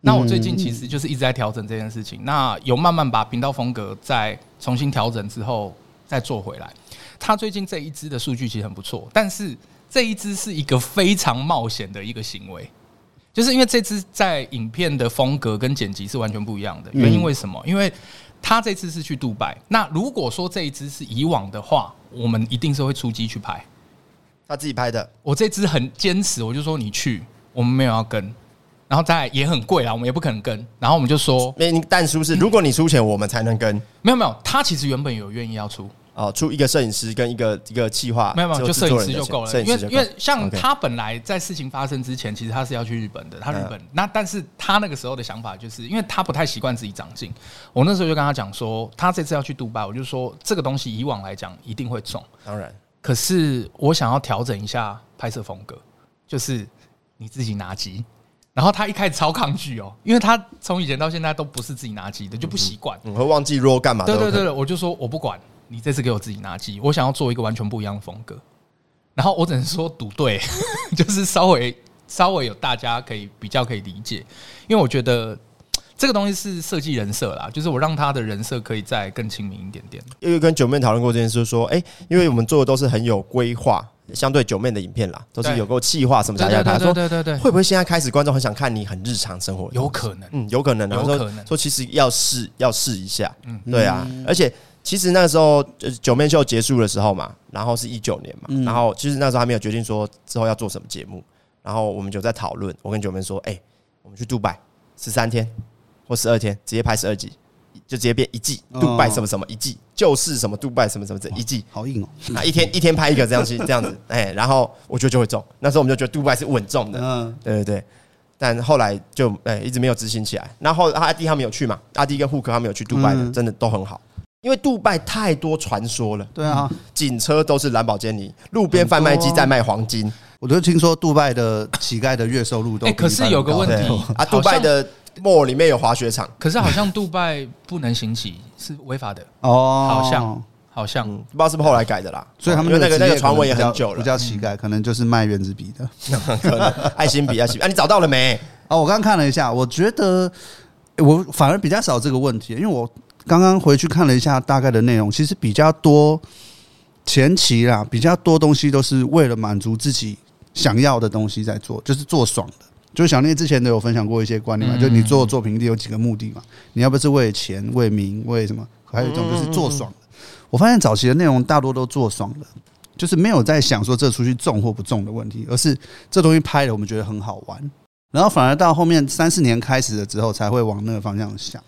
Speaker 4: 那我最近其实就是一直在调整这件事情，那有慢慢把频道风格再重新调整之后再做回来。他最近这一支的数据其实很不错，但是这一支是一个非常冒险的一个行为，就是因为这支在影片的风格跟剪辑是完全不一样的。原因为什么？因为他这次是去杜拜，那如果说这一支是以往的话，我们一定是会出击去拍。
Speaker 3: 他自己拍的，
Speaker 4: 我这支很坚持，我就说你去，我们没有要跟，然后再来也很贵啊啦，我们也不可能跟，然后我们就说
Speaker 3: 那你但书是，如果你出钱，我们才能跟
Speaker 4: 没有没有，他其实原本有愿意要出，
Speaker 3: 哦，出一个摄影师跟一个一个企划，
Speaker 4: 没有没有，就
Speaker 3: 制
Speaker 4: 摄影
Speaker 3: 作人
Speaker 4: 师
Speaker 3: 的
Speaker 4: 就
Speaker 3: 钱
Speaker 4: 够了，
Speaker 3: 摄影
Speaker 4: 因
Speaker 3: 师
Speaker 4: 为
Speaker 3: 就够
Speaker 4: 因为像
Speaker 3: OK
Speaker 4: 他本来在事情发生之前，其实他是要去日本的，他日本，
Speaker 3: 嗯
Speaker 4: 那但是他那个时候的想法就是，因为他不太习惯自己长进，我那时候就跟他讲说，他这次要去杜拜，我就说这个东西以往来讲一定会中，
Speaker 3: 当然
Speaker 4: 可是我想要调整一下拍摄风格，就是你自己拿机。然后他一开始超抗拒哦，因为他从以前到现在都不是自己拿
Speaker 3: 嗯
Speaker 4: 机的，就不习惯。
Speaker 3: 你会忘记 r o 干嘛都
Speaker 4: 对
Speaker 3: 有可
Speaker 4: 对
Speaker 3: 能？
Speaker 4: 对对，我就说我不管，你这次给我自己拿鸡，我想要做一个完全不一样的风格。然后我只能说赌对， 就是稍微稍微有大家可以比较可以理解，因为我觉得这个东西是设计人设啦，就是我让他的人设可以再更亲民一点点。
Speaker 3: 因为跟九妹讨论过这件事，就是说，哎、因为我们做的都是很有规划，相对九妹的影片啦，都是
Speaker 4: 对
Speaker 3: 有够气化什么
Speaker 4: 对
Speaker 3: 啥
Speaker 4: 对
Speaker 3: 要
Speaker 4: 对
Speaker 3: 他
Speaker 4: 对
Speaker 3: 说，
Speaker 4: 对对对，
Speaker 3: 会不会现在开始观众很想看你很日常生活？
Speaker 4: 有，可能。
Speaker 3: 嗯，有可能啊。
Speaker 4: 有
Speaker 3: 说
Speaker 4: 可能
Speaker 3: 说其实要试，要试一下，嗯，对啊。而且其实那个时候呃九妹秀结束的时候嘛，然后是一九年嘛，然后其实那时候还没有决定说之后要做什么节目，然后我们就在讨论，我跟九妹说，哎、我们去杜拜十三天或十二天，直接拍十二集。就直接变一季，
Speaker 2: 哦
Speaker 3: 杜拜什么什么一季，就是什么杜拜什么什么这一季，
Speaker 2: 好硬哦。
Speaker 3: 啊，一天一天拍一个这样子，这样子，哎，然后我觉得就会中。那时候我们就觉得杜拜是稳中的，
Speaker 2: 嗯，
Speaker 3: 对对对。但后来就哎一直没有执行起来。然后阿弟他们有去嘛？阿弟跟户科他们有去杜拜的，
Speaker 2: 嗯
Speaker 3: 真的都很好。因为杜拜太多传说了，
Speaker 2: 对啊，
Speaker 3: 警车都是兰博基尼，路边贩卖机在卖黄金，
Speaker 2: 我就听说杜拜的乞丐的月收入都
Speaker 4: 哎
Speaker 2: 比一般
Speaker 4: 可是有个
Speaker 2: 高
Speaker 4: 问题
Speaker 3: 对
Speaker 4: 哦
Speaker 3: 啊，
Speaker 4: 好像
Speaker 3: 杜拜的 mall 里面有滑雪场，
Speaker 4: 可是好像杜拜不能行乞是违法的，
Speaker 2: 哦，
Speaker 4: 好像好像
Speaker 3: 嗯，不知道是不是后来改的啦。哦
Speaker 2: 所以他们
Speaker 3: 因为那
Speaker 2: 这
Speaker 3: 个那
Speaker 2: 职
Speaker 3: 个
Speaker 2: 业
Speaker 3: 传闻也
Speaker 2: 可能
Speaker 3: 很
Speaker 2: 比较
Speaker 3: 久了
Speaker 2: 不，叫乞丐，可能就是卖原子笔的。
Speaker 3: 可能 爱心笔爱心笔啊，你找到了没？
Speaker 2: 哦，我刚刚看了一下，我觉得诶我反而比较少这个问题，因为我刚刚回去看了一下大概的内容，其实比较多前期啦，比较多东西都是为了满足自己想要的东西在做，就是做爽的。就是小念之前都有分享过一些观念嘛，
Speaker 4: 嗯
Speaker 2: 就你做作品一定有几个目的嘛，你要不是为了钱、为名、为什么，还有一种就是做爽的。我发现早期的内容大多都做爽了，就是没有在想说这出去重或不重的问题，而是这东西拍了我们觉得很好玩，然后反而到后面三四年开始了之后才会往那个方向想。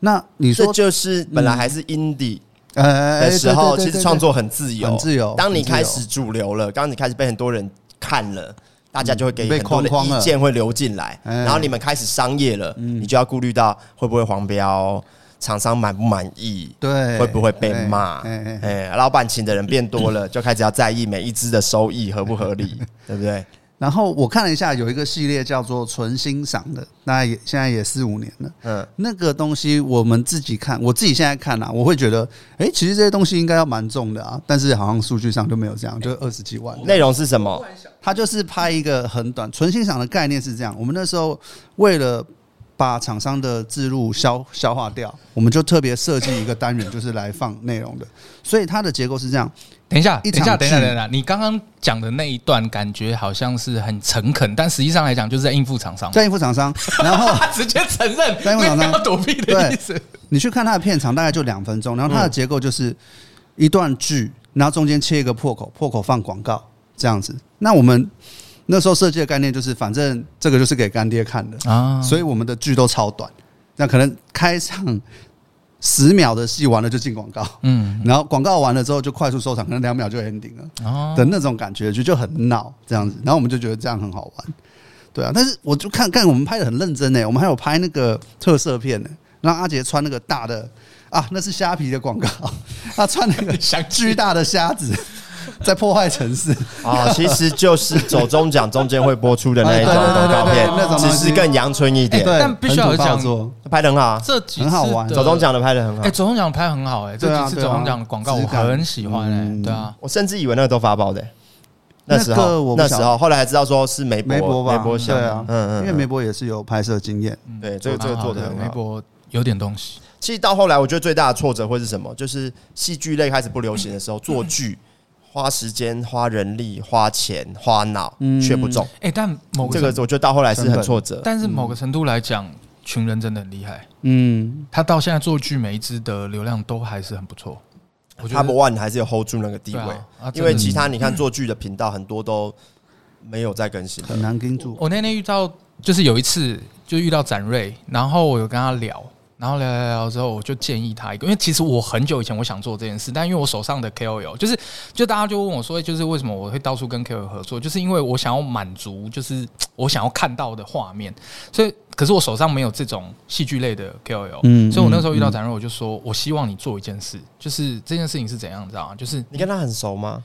Speaker 2: 那你
Speaker 3: 这
Speaker 2: 说，
Speaker 3: 就是本来还是 indie
Speaker 2: 呃，
Speaker 3: 的时候，
Speaker 2: 对对对
Speaker 3: 其
Speaker 2: 对
Speaker 3: 实创作很自由
Speaker 2: 很。自由。
Speaker 3: 当你
Speaker 2: 很自由
Speaker 3: 开始主流了，当你开始被很多人看了，大家就会给
Speaker 2: 嗯被
Speaker 3: 很多的
Speaker 2: 框框了
Speaker 3: 意见会流进来，
Speaker 2: 哎
Speaker 3: 然后你们开始商业了，你就要顾虑到会不会黄标，厂商满不满意，
Speaker 2: 对，
Speaker 3: 会不会被骂？
Speaker 2: 哎哎哎
Speaker 3: 哎，老板请的人变多了，就开始要在意每一只的收益合不合理，对不对？
Speaker 2: 然后我看了一下，有一个系列叫做“纯欣赏”的，那也现在也四五年了。
Speaker 3: 嗯，
Speaker 2: 那个东西我们自己看，我自己现在看啊，我会觉得，哎、其实这些东西应该要蛮重的啊，但是好像数据上就没有这样，就二十几万。
Speaker 3: 内容是什么？
Speaker 2: 他就是拍一个很短，纯欣赏的概念是这样。我们那时候为了把厂商的置入消消化掉，我们就特别设计一个单元，就是来放内容的。所以它的结构是这样，
Speaker 4: 等一下，
Speaker 2: 一
Speaker 4: 等一下，
Speaker 2: 场
Speaker 4: 等一下，
Speaker 2: 剧
Speaker 4: 等一下！你刚刚讲的那一段，感觉好像是很诚恳，但实际上来讲，就是在应付厂商。
Speaker 2: 在应付厂商，然后
Speaker 4: 他直接承认，
Speaker 2: 在应付厂商
Speaker 4: 没有要躲避的意思。
Speaker 2: 你去看它的片长，大概就两分钟，然后它的结构就是一段剧，然后中间切一个破口，破口放广告这样子。那我们那时候设计的概念就是，反正这个就是给干爹看的，
Speaker 4: 啊，
Speaker 2: 所以我们的剧都超短，那可能开场十秒的戏完了就进广告，
Speaker 4: 嗯，
Speaker 2: 然后广告完了之后就快速收场，可能两秒就 ending 了。
Speaker 4: 哦，
Speaker 2: 的那种感觉，就就很闹这样子。然后我们就觉得这样很好玩，对啊。但是我就看看我们拍的很认真呢、欸我们还有拍那个特色片呢、让阿杰穿那个大的啊，那是虾皮的广告， 他穿那 个
Speaker 4: 想起
Speaker 2: 巨大的虾 子在破坏城市，
Speaker 3: 哦，其实就是走中奖中间会播出的那一种
Speaker 2: 哎对对对
Speaker 3: 广告
Speaker 2: 对对对那
Speaker 3: 片，
Speaker 2: 种东
Speaker 3: 只
Speaker 2: 西
Speaker 3: 是更阳春一
Speaker 4: 哎
Speaker 3: 点，
Speaker 2: 对，
Speaker 4: 但必须要
Speaker 2: 很
Speaker 4: 有
Speaker 2: 土
Speaker 4: 讲
Speaker 2: 炮作
Speaker 3: 拍的很好啊。
Speaker 4: 这几次
Speaker 2: 很好玩
Speaker 4: 的
Speaker 3: 走中，奖的啊拍的很好
Speaker 4: 哎，，走中奖拍很好，哎，
Speaker 2: 对啊
Speaker 4: 这几次
Speaker 2: 对啊
Speaker 4: 走中奖的广告我
Speaker 2: 质感
Speaker 4: 很喜欢，哎，
Speaker 2: 嗯
Speaker 4: 对啊，
Speaker 3: 我甚至以为那个都发包的、那时
Speaker 2: 那个我
Speaker 3: 候
Speaker 2: 不
Speaker 3: 那
Speaker 2: 晓
Speaker 3: 时
Speaker 2: 得
Speaker 3: 候，后来才知道说是梅
Speaker 2: 梅
Speaker 3: 博
Speaker 2: 博吧，
Speaker 3: 想
Speaker 2: 对
Speaker 3: 的
Speaker 2: 啊，
Speaker 3: 嗯嗯，
Speaker 2: 因为梅博也是有拍摄经验，
Speaker 4: 嗯
Speaker 3: 对这个
Speaker 4: 蛮
Speaker 3: 这个
Speaker 4: 好
Speaker 3: 做得
Speaker 4: 的
Speaker 3: 很好
Speaker 4: 微博有点东西，
Speaker 3: 其实到后来，我觉得最大的挫折会是什么？就是戏剧类开始不流行的时候，做剧花时间、花人力、花钱、花脑，
Speaker 2: 嗯
Speaker 3: 却不中。
Speaker 4: 哎，但某
Speaker 2: 哦
Speaker 3: 这
Speaker 4: 个
Speaker 3: 个
Speaker 4: 程，
Speaker 3: 我觉得到后来是很挫折。
Speaker 4: 但是某个程度来讲，群人真的很厉害，
Speaker 2: 嗯，
Speaker 4: 他到现在做剧每一支的流量都还是很不错，我觉
Speaker 3: Top
Speaker 4: 得
Speaker 3: One 还是有 hold 住那个地
Speaker 4: 对
Speaker 3: 位
Speaker 4: 啊，啊
Speaker 3: 因
Speaker 4: 真的
Speaker 3: 为其
Speaker 2: 嗯
Speaker 3: 他你看做剧的频道很多都没有在 更新了
Speaker 2: 很难盯住，
Speaker 4: 我那天遇到，就是有一次就遇到展瑞，然后我有跟他聊，然后聊聊聊之后，我就建议他一个，因为其实我很久以前我想做这件事，但因为我手上的 KOL 就是，就大家就问我说，就是为什么我会到处跟 KOL 合作，就是因为我想要满足，就是我想要看到的画面，所以可是我手上没有这种戏剧类的 KOL，
Speaker 2: 嗯
Speaker 4: 所以我那时候遇到
Speaker 2: 嗯
Speaker 4: 展瑞，我就说我希望你做一件事，就是这件事情是怎样，你知道吗？就是
Speaker 3: 你跟他很熟吗？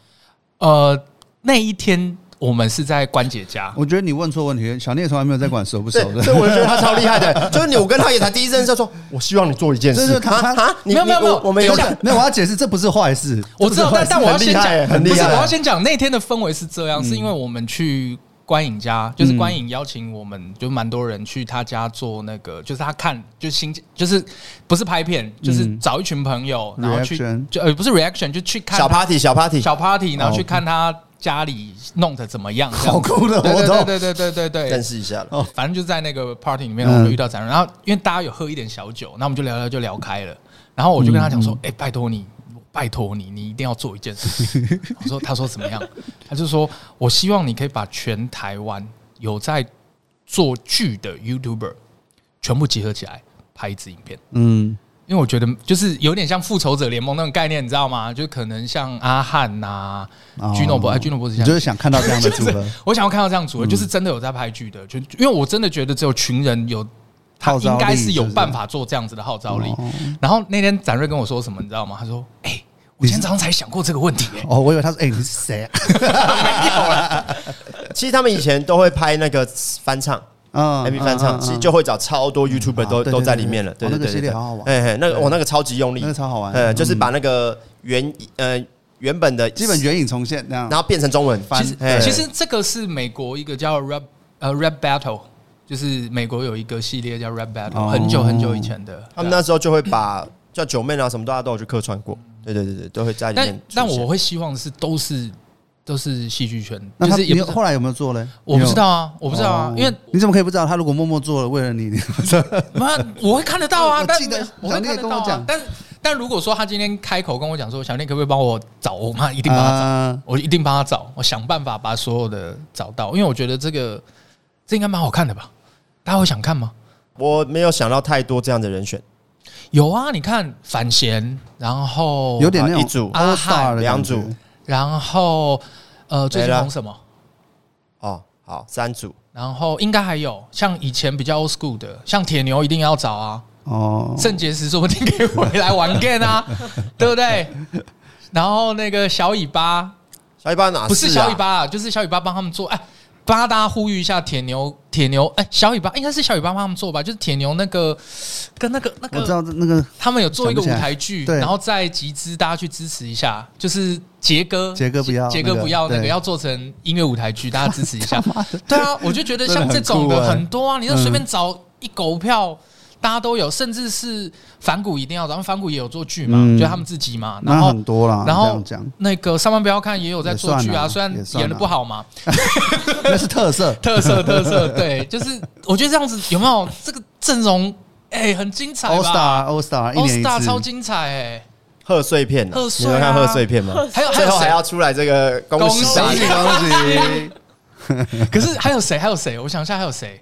Speaker 4: 呃那一天我们是在关姐家，
Speaker 2: 我觉得你问错问题，小聂从来没有在管熟不熟
Speaker 3: 对，
Speaker 2: 的，
Speaker 3: 所以我就觉得他超厉害的。就是你，我跟他也才第一认识，他说我希望你做一件
Speaker 2: 对
Speaker 3: 事。
Speaker 2: 对他
Speaker 3: 啊
Speaker 2: 他
Speaker 3: 啊，你
Speaker 4: 没有没有
Speaker 3: 你
Speaker 4: 没有
Speaker 3: 我我 们有
Speaker 4: 等一下
Speaker 2: 没有，我要解释这不是坏事，
Speaker 4: 我知道，
Speaker 2: 这不
Speaker 4: 但
Speaker 2: 是坏
Speaker 4: 但
Speaker 2: 事
Speaker 4: 我要
Speaker 3: 很厉
Speaker 4: 先
Speaker 3: 害
Speaker 4: 讲，
Speaker 3: 很厉
Speaker 4: 不是，
Speaker 3: 害嗯
Speaker 4: 我要先讲那天的氛围是这样，是因为我们去观影家，就是观影邀请我们，就蛮多人去他家做那个，就是他看，就是新，就是不是拍片，就是
Speaker 2: 嗯
Speaker 4: 找一群朋友，然后去
Speaker 2: Reaction
Speaker 4: 就呃不是 reaction，就去看
Speaker 3: 小
Speaker 4: 他
Speaker 3: party 小 party，
Speaker 4: 小 party，然后
Speaker 2: 哦
Speaker 4: 去看他家里弄得怎么样，这样
Speaker 2: 好酷的活动，
Speaker 4: 对对对对对对对
Speaker 3: 认，识一下了。
Speaker 4: 反正就在那个 party 里面，
Speaker 2: 嗯
Speaker 4: 我们就遇到展瑞，然后因为大家有喝一点小酒，那我们就聊聊就聊开了，然后我就跟他讲说，哎、拜托你。拜托你，你一定要做一件事情。我说，他说怎么样？他就说，我希望你可以把全台湾有在做剧的 YouTuber 全部集合起来拍一支影片，
Speaker 2: 嗯，
Speaker 4: 因为我觉得就是有点像复仇者联盟那种概念，你知道吗？就可能像阿汉呐、 居诺伯，哎，居诺伯
Speaker 2: 哦
Speaker 4: 是
Speaker 2: 你
Speaker 4: 像
Speaker 2: 就是想看到这样的组 合，嗯
Speaker 4: 我想要看到这样组合，就是真的有在拍剧的，就因为我真的觉得只有群人有，他
Speaker 2: 号召力
Speaker 4: 应该是有办法做这样子的号召力。
Speaker 2: 哦
Speaker 4: 然后那天展瑞跟我说什么，你知道吗？他说：“哎、我今天早上才想过这个问题、哎
Speaker 2: 哦，我以为他说，哎、你是谁啊？
Speaker 3: 其实他们以前都会拍那个翻唱
Speaker 2: 嗯
Speaker 3: MV 哎翻唱，其实就会找超多 YouTuber
Speaker 2: 啊对
Speaker 3: 都
Speaker 2: 对
Speaker 3: 都在
Speaker 2: 对
Speaker 3: 里面了。对
Speaker 2: 哦那
Speaker 3: 对
Speaker 2: 个
Speaker 3: 对，
Speaker 2: 系列
Speaker 3: 对
Speaker 2: 好好玩
Speaker 3: 哎嘿那个我那个超级用力
Speaker 2: 那，个超好玩，
Speaker 3: 呃，就是
Speaker 2: 嗯
Speaker 3: 把那个原呃原本的
Speaker 2: 基本原影重现那样。
Speaker 3: 然后变成中文翻
Speaker 4: 其实
Speaker 3: 哎
Speaker 4: 其实这个是美国一个叫 rap 呃 rap battle，就是美国有一个系列叫 rap battle，、
Speaker 2: 哦
Speaker 4: 很久很久以前的。啊
Speaker 3: 他们那时候就会把叫九妹啊什么大家都有去客串过。对对对对，都会在里面
Speaker 4: 但
Speaker 3: 出现。
Speaker 4: 但我会希望是都是都是戏剧圈，
Speaker 2: 那
Speaker 4: 就
Speaker 2: 他
Speaker 4: 是也
Speaker 2: 你
Speaker 4: 不是
Speaker 2: 后来有没有做嘞？
Speaker 4: 我不知
Speaker 2: 你
Speaker 4: 道啊，我不知道啊，
Speaker 2: 哦
Speaker 4: 因为
Speaker 2: 有，你怎么可以不知道？他如果默默做了，为了你，你不知道
Speaker 4: 妈，我会看得到啊，
Speaker 2: 我
Speaker 4: 但
Speaker 2: 记得
Speaker 4: 我会
Speaker 2: 小丽
Speaker 4: 看
Speaker 2: 也
Speaker 4: 得
Speaker 2: 跟
Speaker 4: 到
Speaker 2: 我
Speaker 4: 啊
Speaker 2: 讲，
Speaker 4: 但但如果说他今天开口跟我讲说，小念可不可以帮我找我妈，一定帮他找，
Speaker 2: 啊，
Speaker 4: 我一定帮他找，我想办法把所有的找到，因为我觉得这个这应该蛮好看的吧？大家会想看吗？
Speaker 3: 我没有想到太多这样的人选，
Speaker 4: 有啊，你看反贤，然后
Speaker 2: 有点那种
Speaker 3: 哦一组
Speaker 2: All Star
Speaker 4: 阿汉
Speaker 2: 的
Speaker 3: 两
Speaker 2: 感觉
Speaker 3: 组
Speaker 4: 然后呃，最
Speaker 3: 没
Speaker 4: 近
Speaker 3: 了
Speaker 4: 红什么？
Speaker 3: 哦，好，三组，
Speaker 4: 然后应该还有像以前比较 old school 的，像铁牛一定要找啊，
Speaker 2: 哦，
Speaker 4: 肾结石说不定可以回来玩 game 啊，对不对？然后那个小尾巴
Speaker 3: 小尾巴哪
Speaker 4: 不是
Speaker 3: 啊
Speaker 4: 小尾巴啊，就是小尾巴帮他们做，哎，帮大家呼吁一下铁牛，铁牛，哎，小尾巴应该是小尾巴帮他们做吧，就是铁牛那个跟那个那
Speaker 2: 我知
Speaker 4: 个，
Speaker 2: 道那个
Speaker 4: 他们有做一个舞
Speaker 2: 想不起来
Speaker 4: 台剧，
Speaker 2: 对
Speaker 4: 然后再集资大家去支持一下，就是杰哥，
Speaker 2: 杰哥不要，
Speaker 4: 杰哥不要那个
Speaker 2: 对
Speaker 4: 要做成音乐舞台剧，大家支持一 下。对啊，我就觉得像这种
Speaker 2: 真的很酷
Speaker 4: 的
Speaker 2: 欸
Speaker 4: 很多啊，你就
Speaker 2: 嗯
Speaker 4: 随便找一狗票，大家都有，甚至是反骨一定要找，因为反骨也有做剧嘛，
Speaker 2: 嗯
Speaker 4: 就他们自己嘛，然
Speaker 2: 那
Speaker 4: 后。
Speaker 2: 很多啦，
Speaker 4: 然
Speaker 2: 这
Speaker 4: 后
Speaker 2: 样讲
Speaker 4: 那个上班不要看也有在做剧啊，
Speaker 2: 也算啊
Speaker 4: 虽然
Speaker 2: 也算啊
Speaker 4: 演的不好嘛，
Speaker 2: 那是特色，
Speaker 4: 特色特色，对，就是我觉得这样子有没有这个阵容？哎，很精彩
Speaker 2: All
Speaker 4: 吧
Speaker 2: Star All Star 一
Speaker 4: All
Speaker 2: 年一
Speaker 4: Star
Speaker 2: 次，
Speaker 4: 超精彩哎，
Speaker 3: 贺岁片啊，
Speaker 4: 贺岁啊
Speaker 3: 你有看贺岁片吗？
Speaker 4: 还有还
Speaker 3: 最
Speaker 4: 有
Speaker 3: 后还
Speaker 4: 谁？
Speaker 3: 要出来这个啊恭喜
Speaker 4: 恭
Speaker 3: 大
Speaker 2: 恭
Speaker 4: 喜
Speaker 2: 喜
Speaker 3: 家，
Speaker 2: 恭喜！
Speaker 4: 可是还有谁？还有谁？我想一下还有谁？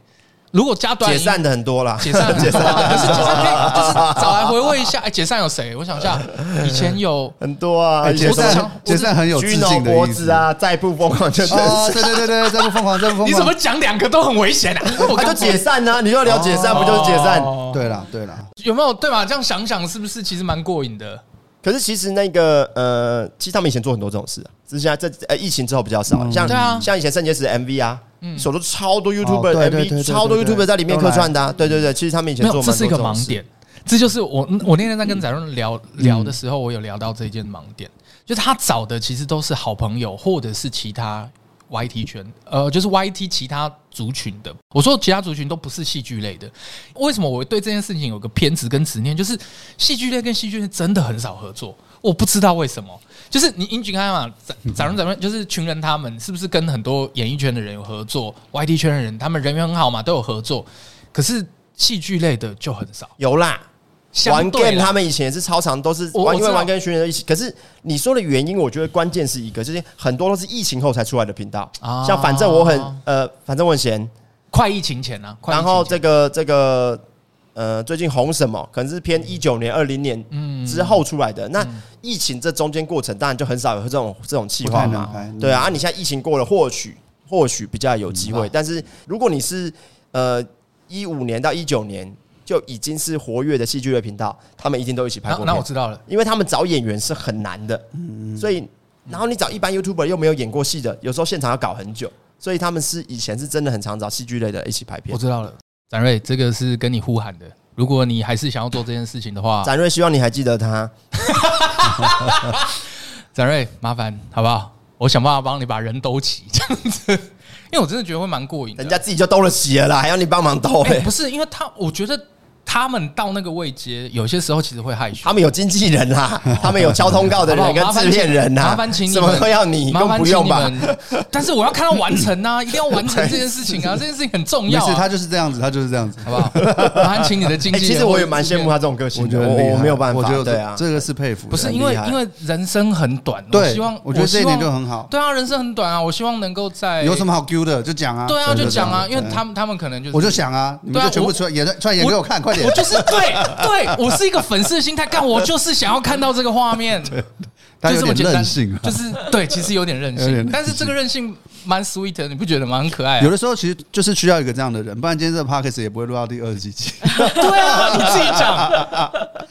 Speaker 4: 如果加短
Speaker 3: 解
Speaker 4: 影
Speaker 3: 散的很多啦，
Speaker 4: 解散解散，可是解散可以就是找来回味一下。哎，解散有谁？我想一下，以前有
Speaker 3: 很多啊，
Speaker 2: 哎解
Speaker 4: 我只
Speaker 2: 散
Speaker 4: 想
Speaker 2: 解散很有致
Speaker 3: 居
Speaker 2: 敬
Speaker 3: 农
Speaker 2: 的
Speaker 3: 脖
Speaker 2: 意
Speaker 3: 子
Speaker 2: 思！
Speaker 3: 啊，再不疯狂就
Speaker 2: 哦，
Speaker 3: 真
Speaker 2: 对对对对，这不疯狂，这不疯狂，
Speaker 4: 你怎么讲两个都很危险啊？我
Speaker 3: 他就
Speaker 4: 刚
Speaker 3: 解散啊，你要聊解散不就是解散？
Speaker 4: 哦
Speaker 2: 对啦对啦，
Speaker 4: 有没有对吧？这样想想是不是其实蛮过瘾的？
Speaker 3: 可是其实那个呃，其实他们以前做很多这种事、啊，只是现在这呃疫情之后比较少，像、
Speaker 4: 对啊嗯
Speaker 3: 像以前圣洁石 MV 啊，手都超多 YouTuber、
Speaker 2: 哦对对对对
Speaker 3: MV，超多
Speaker 2: 对对
Speaker 3: YouTuber 在里面
Speaker 2: 都来
Speaker 3: 客串的、啊，对对对，其实他们以前
Speaker 4: 没
Speaker 3: 做
Speaker 4: 有，这
Speaker 3: 蛮
Speaker 4: 是
Speaker 3: 多
Speaker 4: 一
Speaker 3: 这
Speaker 4: 个
Speaker 3: 种
Speaker 4: 盲
Speaker 3: 事。
Speaker 4: 点。这就是我嗯我那天在跟翟润聊聊的时候，我有聊到这一件盲点，就是他找的其实都是好朋友或者是其他 YT 圈，呃，就是 YT 其他族群的。我说其他族群都不是戏剧类的，为什么我对这件事情有个偏执跟执念？就是戏剧类跟戏剧类真的很少合作，我不知道为什么。就是你英俊看嘛，咱咱们咱们就是群人他们是不是跟很多演艺圈的人有合作，YT 圈的人他们人缘很好嘛，都有合作，可是戏剧类的就很少。
Speaker 3: 有啦，
Speaker 4: 相
Speaker 3: 玩
Speaker 4: 对
Speaker 3: game
Speaker 4: 啦
Speaker 3: 他们以前也是超常都是
Speaker 4: 我
Speaker 3: 玩，
Speaker 4: 我
Speaker 3: 因
Speaker 4: 知
Speaker 3: 为
Speaker 4: 道
Speaker 3: 玩跟学员一起。可是你说的原因，我觉得关键是一个，就是很多都是疫情后才出来的频道，
Speaker 4: 啊
Speaker 3: 像反正我很呃，反正我很闲，
Speaker 4: 快疫情前啊，快疫
Speaker 3: 然
Speaker 4: 情前
Speaker 3: 后这个这个呃，最近红什么，可能是
Speaker 4: 嗯
Speaker 3: 偏一九年、二零年之后出来的。那疫情这中间过程，当然就很少有这种这种计
Speaker 2: 不
Speaker 3: 划
Speaker 2: 太嗯
Speaker 3: 嘛
Speaker 2: 能。拍，
Speaker 3: 对啊，啊你现在疫情过了，或许或许比较有机
Speaker 4: 嗯
Speaker 3: 会
Speaker 4: 啊。
Speaker 3: 但是如果你是呃一五年到一九年就已经是活跃的戏剧类频道，他们一定都一起拍
Speaker 4: 那
Speaker 3: 过
Speaker 4: 那我
Speaker 3: 片，
Speaker 4: 知道了，
Speaker 3: 因为他们找演员是很难的，
Speaker 2: 嗯
Speaker 3: 所以
Speaker 4: 嗯
Speaker 3: 然后你找一般 YouTuber 又没有演过戏的，有时候现场要搞很久，所以他们是以前是真的很常找戏剧类的一起拍片
Speaker 4: 我。知道了，展瑞，这个是跟你呼喊的。如果你还是想要做这件事情的话，
Speaker 3: 展瑞，希望你还记得他。
Speaker 4: 展瑞，麻烦好不好？我想办法帮你把人兜齐， 这样子，因为我真的觉得会蛮过瘾的。
Speaker 3: 人家自己就兜了起了啦，还要你帮忙兜、
Speaker 4: 哎、
Speaker 3: 欸
Speaker 4: 不是，因为他，我觉得他们到那个位阶，有些时候其实会害羞
Speaker 3: 他。们有经纪人啦， 他们有敲通告的
Speaker 4: 好
Speaker 3: 人
Speaker 4: 不
Speaker 3: 跟
Speaker 4: 好麻烦
Speaker 3: 制片人呐、
Speaker 4: 麻烦请你
Speaker 3: 什
Speaker 4: 们
Speaker 3: 么都要你，
Speaker 4: 麻
Speaker 3: 更
Speaker 4: 烦
Speaker 3: 不
Speaker 4: 请
Speaker 3: 用
Speaker 4: 你
Speaker 3: 吧？
Speaker 4: 们，但是我要看到完成 啊，一定要完成这件事情啊，这件事情很重
Speaker 2: 没
Speaker 4: 要、
Speaker 2: 事，
Speaker 4: 啊，
Speaker 2: 他就是这样子，他就是这样子。
Speaker 4: 好不 好？麻烦请你的经
Speaker 3: 哎、
Speaker 4: 纪人、
Speaker 3: 其实我也蛮羡慕他这种个性
Speaker 2: 我觉
Speaker 3: 的，
Speaker 2: 得
Speaker 3: 我
Speaker 2: 很厉害
Speaker 3: 我没有办
Speaker 2: 我
Speaker 3: 法
Speaker 2: 觉，得
Speaker 3: 对啊，
Speaker 2: 这个是佩服的。
Speaker 4: 不是
Speaker 3: 很
Speaker 4: 因
Speaker 3: 厉
Speaker 4: 为
Speaker 3: 害
Speaker 4: 因为人生很短，我
Speaker 2: 对
Speaker 4: 希望
Speaker 2: 我觉得这一
Speaker 4: 希望
Speaker 2: 点就很好
Speaker 4: 对啊，人生很短啊，我希望能够在
Speaker 2: 有什么好丢的就讲啊。
Speaker 4: 对啊就讲啊，
Speaker 2: 对
Speaker 4: 因为他们他们可能就是
Speaker 2: 我就想啊，你们
Speaker 4: 对啊
Speaker 2: 就全部
Speaker 4: 我
Speaker 2: 出来演出来演给我看，快点
Speaker 4: 我！就是对对，我是一个粉丝的心态，干我就是想要看到这个 画面，
Speaker 2: 他
Speaker 4: 就
Speaker 2: 有
Speaker 4: 这么
Speaker 2: 点
Speaker 4: 简单，
Speaker 2: 任性啊，
Speaker 4: 就是对，其实有点任
Speaker 2: 有点任
Speaker 4: 性
Speaker 2: 性，
Speaker 4: 但是这个任性蛮 sweet 的，你不觉得吗？很可爱啊、
Speaker 2: 有的时候其实就是需要一个这样的人，不然今天这个 podcast 也不会录到第二十几集。
Speaker 4: 对啊，你自己 讲，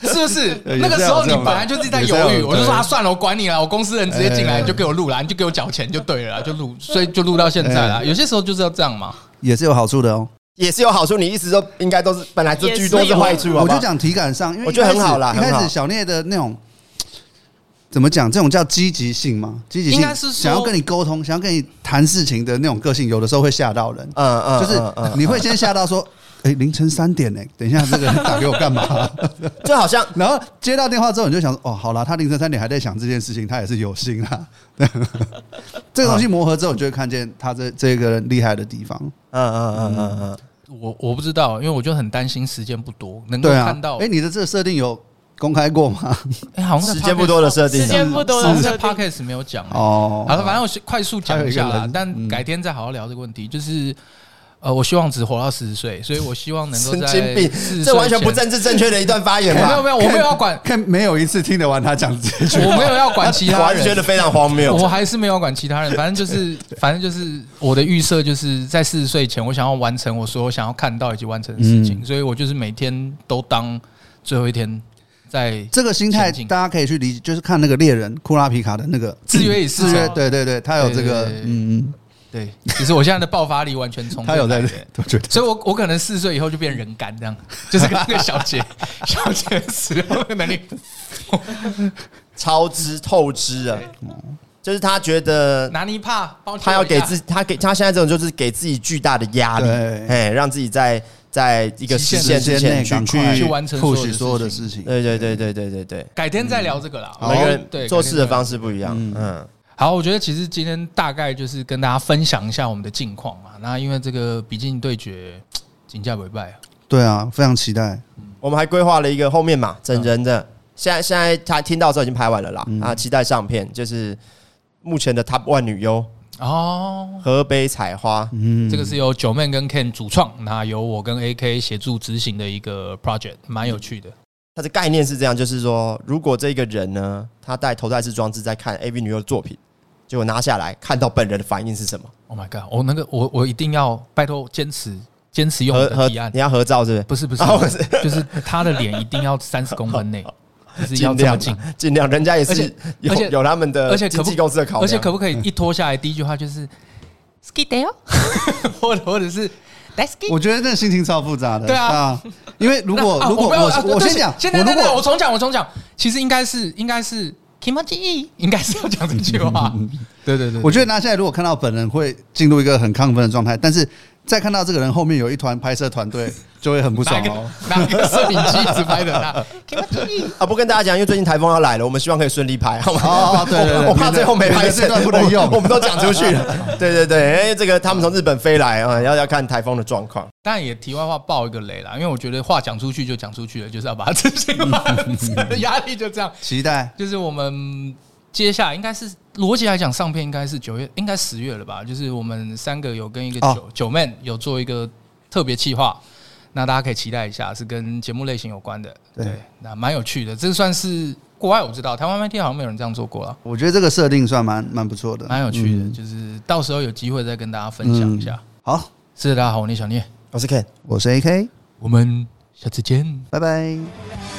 Speaker 4: 是不
Speaker 3: 呃
Speaker 4: 是？那个时候你本来就是在犹
Speaker 2: 也是
Speaker 4: 豫，
Speaker 2: 有
Speaker 4: 我就说啊，算了，我管你了，我公司人直接进
Speaker 3: 哎
Speaker 4: 来，你就给我录了，你就给我缴钱就对了啦，就录，所以就录到现在
Speaker 3: 哎
Speaker 4: 了。有些时候就是要这样嘛。
Speaker 2: 也是有好处的哦。
Speaker 3: 也是有好处。你一直都应该都是本来就
Speaker 5: 也是
Speaker 3: 居多是坏处，啊好
Speaker 2: 我
Speaker 3: 不好
Speaker 2: 就讲体感上，因为
Speaker 3: 我觉
Speaker 2: 一
Speaker 3: 得
Speaker 2: 开始
Speaker 3: 很好啦
Speaker 2: 一开
Speaker 3: 很好
Speaker 2: 始小聂的那种怎么讲，这种叫积极性嘛，积极性
Speaker 4: 应该是说
Speaker 2: 想要跟你沟通，想要跟你谈事情的那种个性，有的时候会吓到人，
Speaker 3: 嗯嗯，
Speaker 2: 就是
Speaker 3: 嗯嗯
Speaker 2: 你会先吓到说。哎、凌晨三点呢、等一下这个人打给我干 嘛？
Speaker 3: 就好 像嗯
Speaker 2: 然后接到电话之后，你就想说，哦，好啦，他凌晨三点还在想这件事情，他也是有心啦。 这个东西磨合之后，你就会看见他这这个人厉害的地方。
Speaker 3: 嗯嗯嗯嗯嗯，
Speaker 4: 我我不知道，因为我就很担心时间不多，能够
Speaker 2: 对啊
Speaker 4: 看，到
Speaker 2: 哎、。你的这个设定有公开过吗？
Speaker 4: 哎，好像在
Speaker 3: 时间不多的
Speaker 4: podcast-
Speaker 3: 设定
Speaker 5: 时
Speaker 3: 啊，
Speaker 5: 间不多
Speaker 4: 好
Speaker 5: 了
Speaker 4: 像
Speaker 5: 设
Speaker 4: 在
Speaker 5: 定，
Speaker 4: podcast 没有讲欸
Speaker 2: 哦，
Speaker 4: 好了，反正我是快速讲一下
Speaker 2: 还有一个
Speaker 4: 啦
Speaker 2: 人，
Speaker 3: 嗯
Speaker 4: 但改天再好好聊这个问题。就是，呃，我希望只活到四十岁，所以 我希望能够
Speaker 3: 神
Speaker 4: 在
Speaker 3: 经病
Speaker 4: 40，
Speaker 3: 这完全不
Speaker 4: 岁前。
Speaker 3: 政治正确的一段发言
Speaker 4: 没有
Speaker 3: 吧
Speaker 4: 没？有，我没有要 管，
Speaker 2: 看没有一次听得完他讲这句，
Speaker 4: 我没有要管其
Speaker 3: 我
Speaker 4: 他
Speaker 3: 还是觉
Speaker 4: 人
Speaker 3: 得，非常荒谬。
Speaker 4: 我还是没有管其他人。反 正就是，反正就是我的预设就是在四十岁前，我想要完成我所有想要看到以及完成的事
Speaker 3: 嗯
Speaker 4: 情，所以我就是每天都当最后一天在
Speaker 2: 这个心态
Speaker 4: 前进
Speaker 2: 大家可以去理解，就是看那个猎人库拉皮卡的那个
Speaker 4: 制约与市
Speaker 2: 制约，
Speaker 4: 场
Speaker 2: 对对对，他有这个
Speaker 4: 对对对，
Speaker 2: 嗯，
Speaker 4: 对。其实我现在的爆发力完全从
Speaker 2: 嗯，他有在
Speaker 4: 这
Speaker 2: 这
Speaker 4: 里来的，
Speaker 2: 我觉得
Speaker 4: 所以我我可能四十岁以后就变人 干这样，就是跟那个小姐 小姐使用的能力。
Speaker 3: 超支透支啊，就是他觉得
Speaker 4: 拿泥帕帮
Speaker 3: 他要给自他给他现在这种就是给自己巨大的压力
Speaker 2: 对，
Speaker 3: 哎，让自己在在一个实
Speaker 4: 极
Speaker 3: 现
Speaker 4: 限
Speaker 3: 之
Speaker 2: 时间内
Speaker 3: 前
Speaker 2: 赶
Speaker 3: 去去，
Speaker 2: 快
Speaker 4: 去完成所有的
Speaker 2: push
Speaker 4: 事情
Speaker 2: 所有的事情，
Speaker 3: 对对对对对对对，
Speaker 4: 改天再聊这个啦。
Speaker 2: 好
Speaker 3: 每个
Speaker 4: 对
Speaker 3: 人做事的方
Speaker 4: 式。
Speaker 3: 式不一样，嗯，
Speaker 4: 好，我觉得其实今天大概就是跟大家分享一下我们的近况嘛。那因为这个比基尼对决，金价不败啊，
Speaker 2: 对啊，非常期待，
Speaker 3: 我们还规划了一个后面
Speaker 2: 嗯
Speaker 3: 嘛，整人的，现在现在他听到的时候已经拍完了啦，
Speaker 2: 嗯
Speaker 3: 啊，期待上片就是目前的 Top One 女优
Speaker 4: 哦。
Speaker 3: 河北采花，
Speaker 2: 嗯，
Speaker 4: 这个是由九妹跟 Ken 主创，那由我跟 AK 协助执行的一个 project，蛮有趣的。
Speaker 3: 它的概念是这样，就是说，如果这个人呢，他戴头戴式装置在看 AV 女优的作品，结果拿下来看到本人的反应是什么？
Speaker 4: Oh my god！我那个我我一定要拜托坚持坚持用我的提案
Speaker 3: 你，要合照是不是？
Speaker 4: 不是不是
Speaker 3: 啊我是，
Speaker 4: 就是他的脸一定要三十 公分内，就是要
Speaker 3: 尽
Speaker 4: 这么
Speaker 3: 量
Speaker 4: 近。
Speaker 3: 啊尽量，人家也
Speaker 4: 而且
Speaker 3: 是有
Speaker 4: 而且
Speaker 3: 有他们的
Speaker 4: 而且可
Speaker 3: 经
Speaker 4: 不
Speaker 3: 纪公司啊的考量，
Speaker 4: 而且可不可以一脱下来，第一句话就是 “ski d a l 或者或者是 “let's ski”？
Speaker 2: 我觉得那心情超复杂的，
Speaker 4: 对啊，
Speaker 2: 因为如
Speaker 4: 那
Speaker 2: 果
Speaker 4: 啊
Speaker 2: 如果
Speaker 4: 不要啊
Speaker 2: 我我
Speaker 4: 对
Speaker 2: 先讲，
Speaker 4: 先
Speaker 2: 我
Speaker 4: 等
Speaker 2: 如
Speaker 4: 等等，我
Speaker 2: 果
Speaker 4: 重讲，我重讲。其实应该是应该是 “kimoji”，应该是要讲这 句话。对对对，
Speaker 2: 我觉得拿下来，如果看到本人会进入一个很亢奋的状态，但是再看到这个人后面有一团拍摄团队，就会很不
Speaker 4: 拿
Speaker 2: 爽
Speaker 4: 一个
Speaker 2: 哦。
Speaker 4: 拿一个摄影机一直拍的他 “kimoji”。
Speaker 3: 啊，不跟大家讲，因为最近台风要来了，我们希望可以顺利拍，好吗？
Speaker 2: 哦哦 对对对
Speaker 3: 我我怕最后没
Speaker 2: 你
Speaker 3: 拍
Speaker 2: 的
Speaker 3: 成
Speaker 2: 这段不能用
Speaker 3: 我我们都讲出去 了。对对对，因为这个他们从日本飞来啊，要要看台风的状况。
Speaker 4: 当然也题外话爆一个雷啦，因为我觉得话讲出去就讲出去了，就是要把它 执行 完，这个压力就这样。
Speaker 2: 期待，
Speaker 4: 就是我们接下来应该是逻辑来讲，上片应该是九月，应该十月了吧？就是我们三个有跟一个
Speaker 2: 哦
Speaker 4: 九九妹有做一个特别企划，那大家可以期待一下，是跟节目类型有关的，
Speaker 2: 对
Speaker 4: 对，那蛮有趣的。这算是国外我知道，台湾 MT 好像没有人这样做过了，
Speaker 2: 我觉得这个设定算蛮蛮不错的，
Speaker 4: 蛮有趣的，
Speaker 2: 嗯
Speaker 4: 就是到时候有机会再跟大家分享一下。
Speaker 2: 好，
Speaker 4: 是的，大家好，我是小聂，
Speaker 3: 我是 Ken。
Speaker 2: 我是 AK，
Speaker 4: 我们下次见。
Speaker 2: 拜拜。
Speaker 6: 「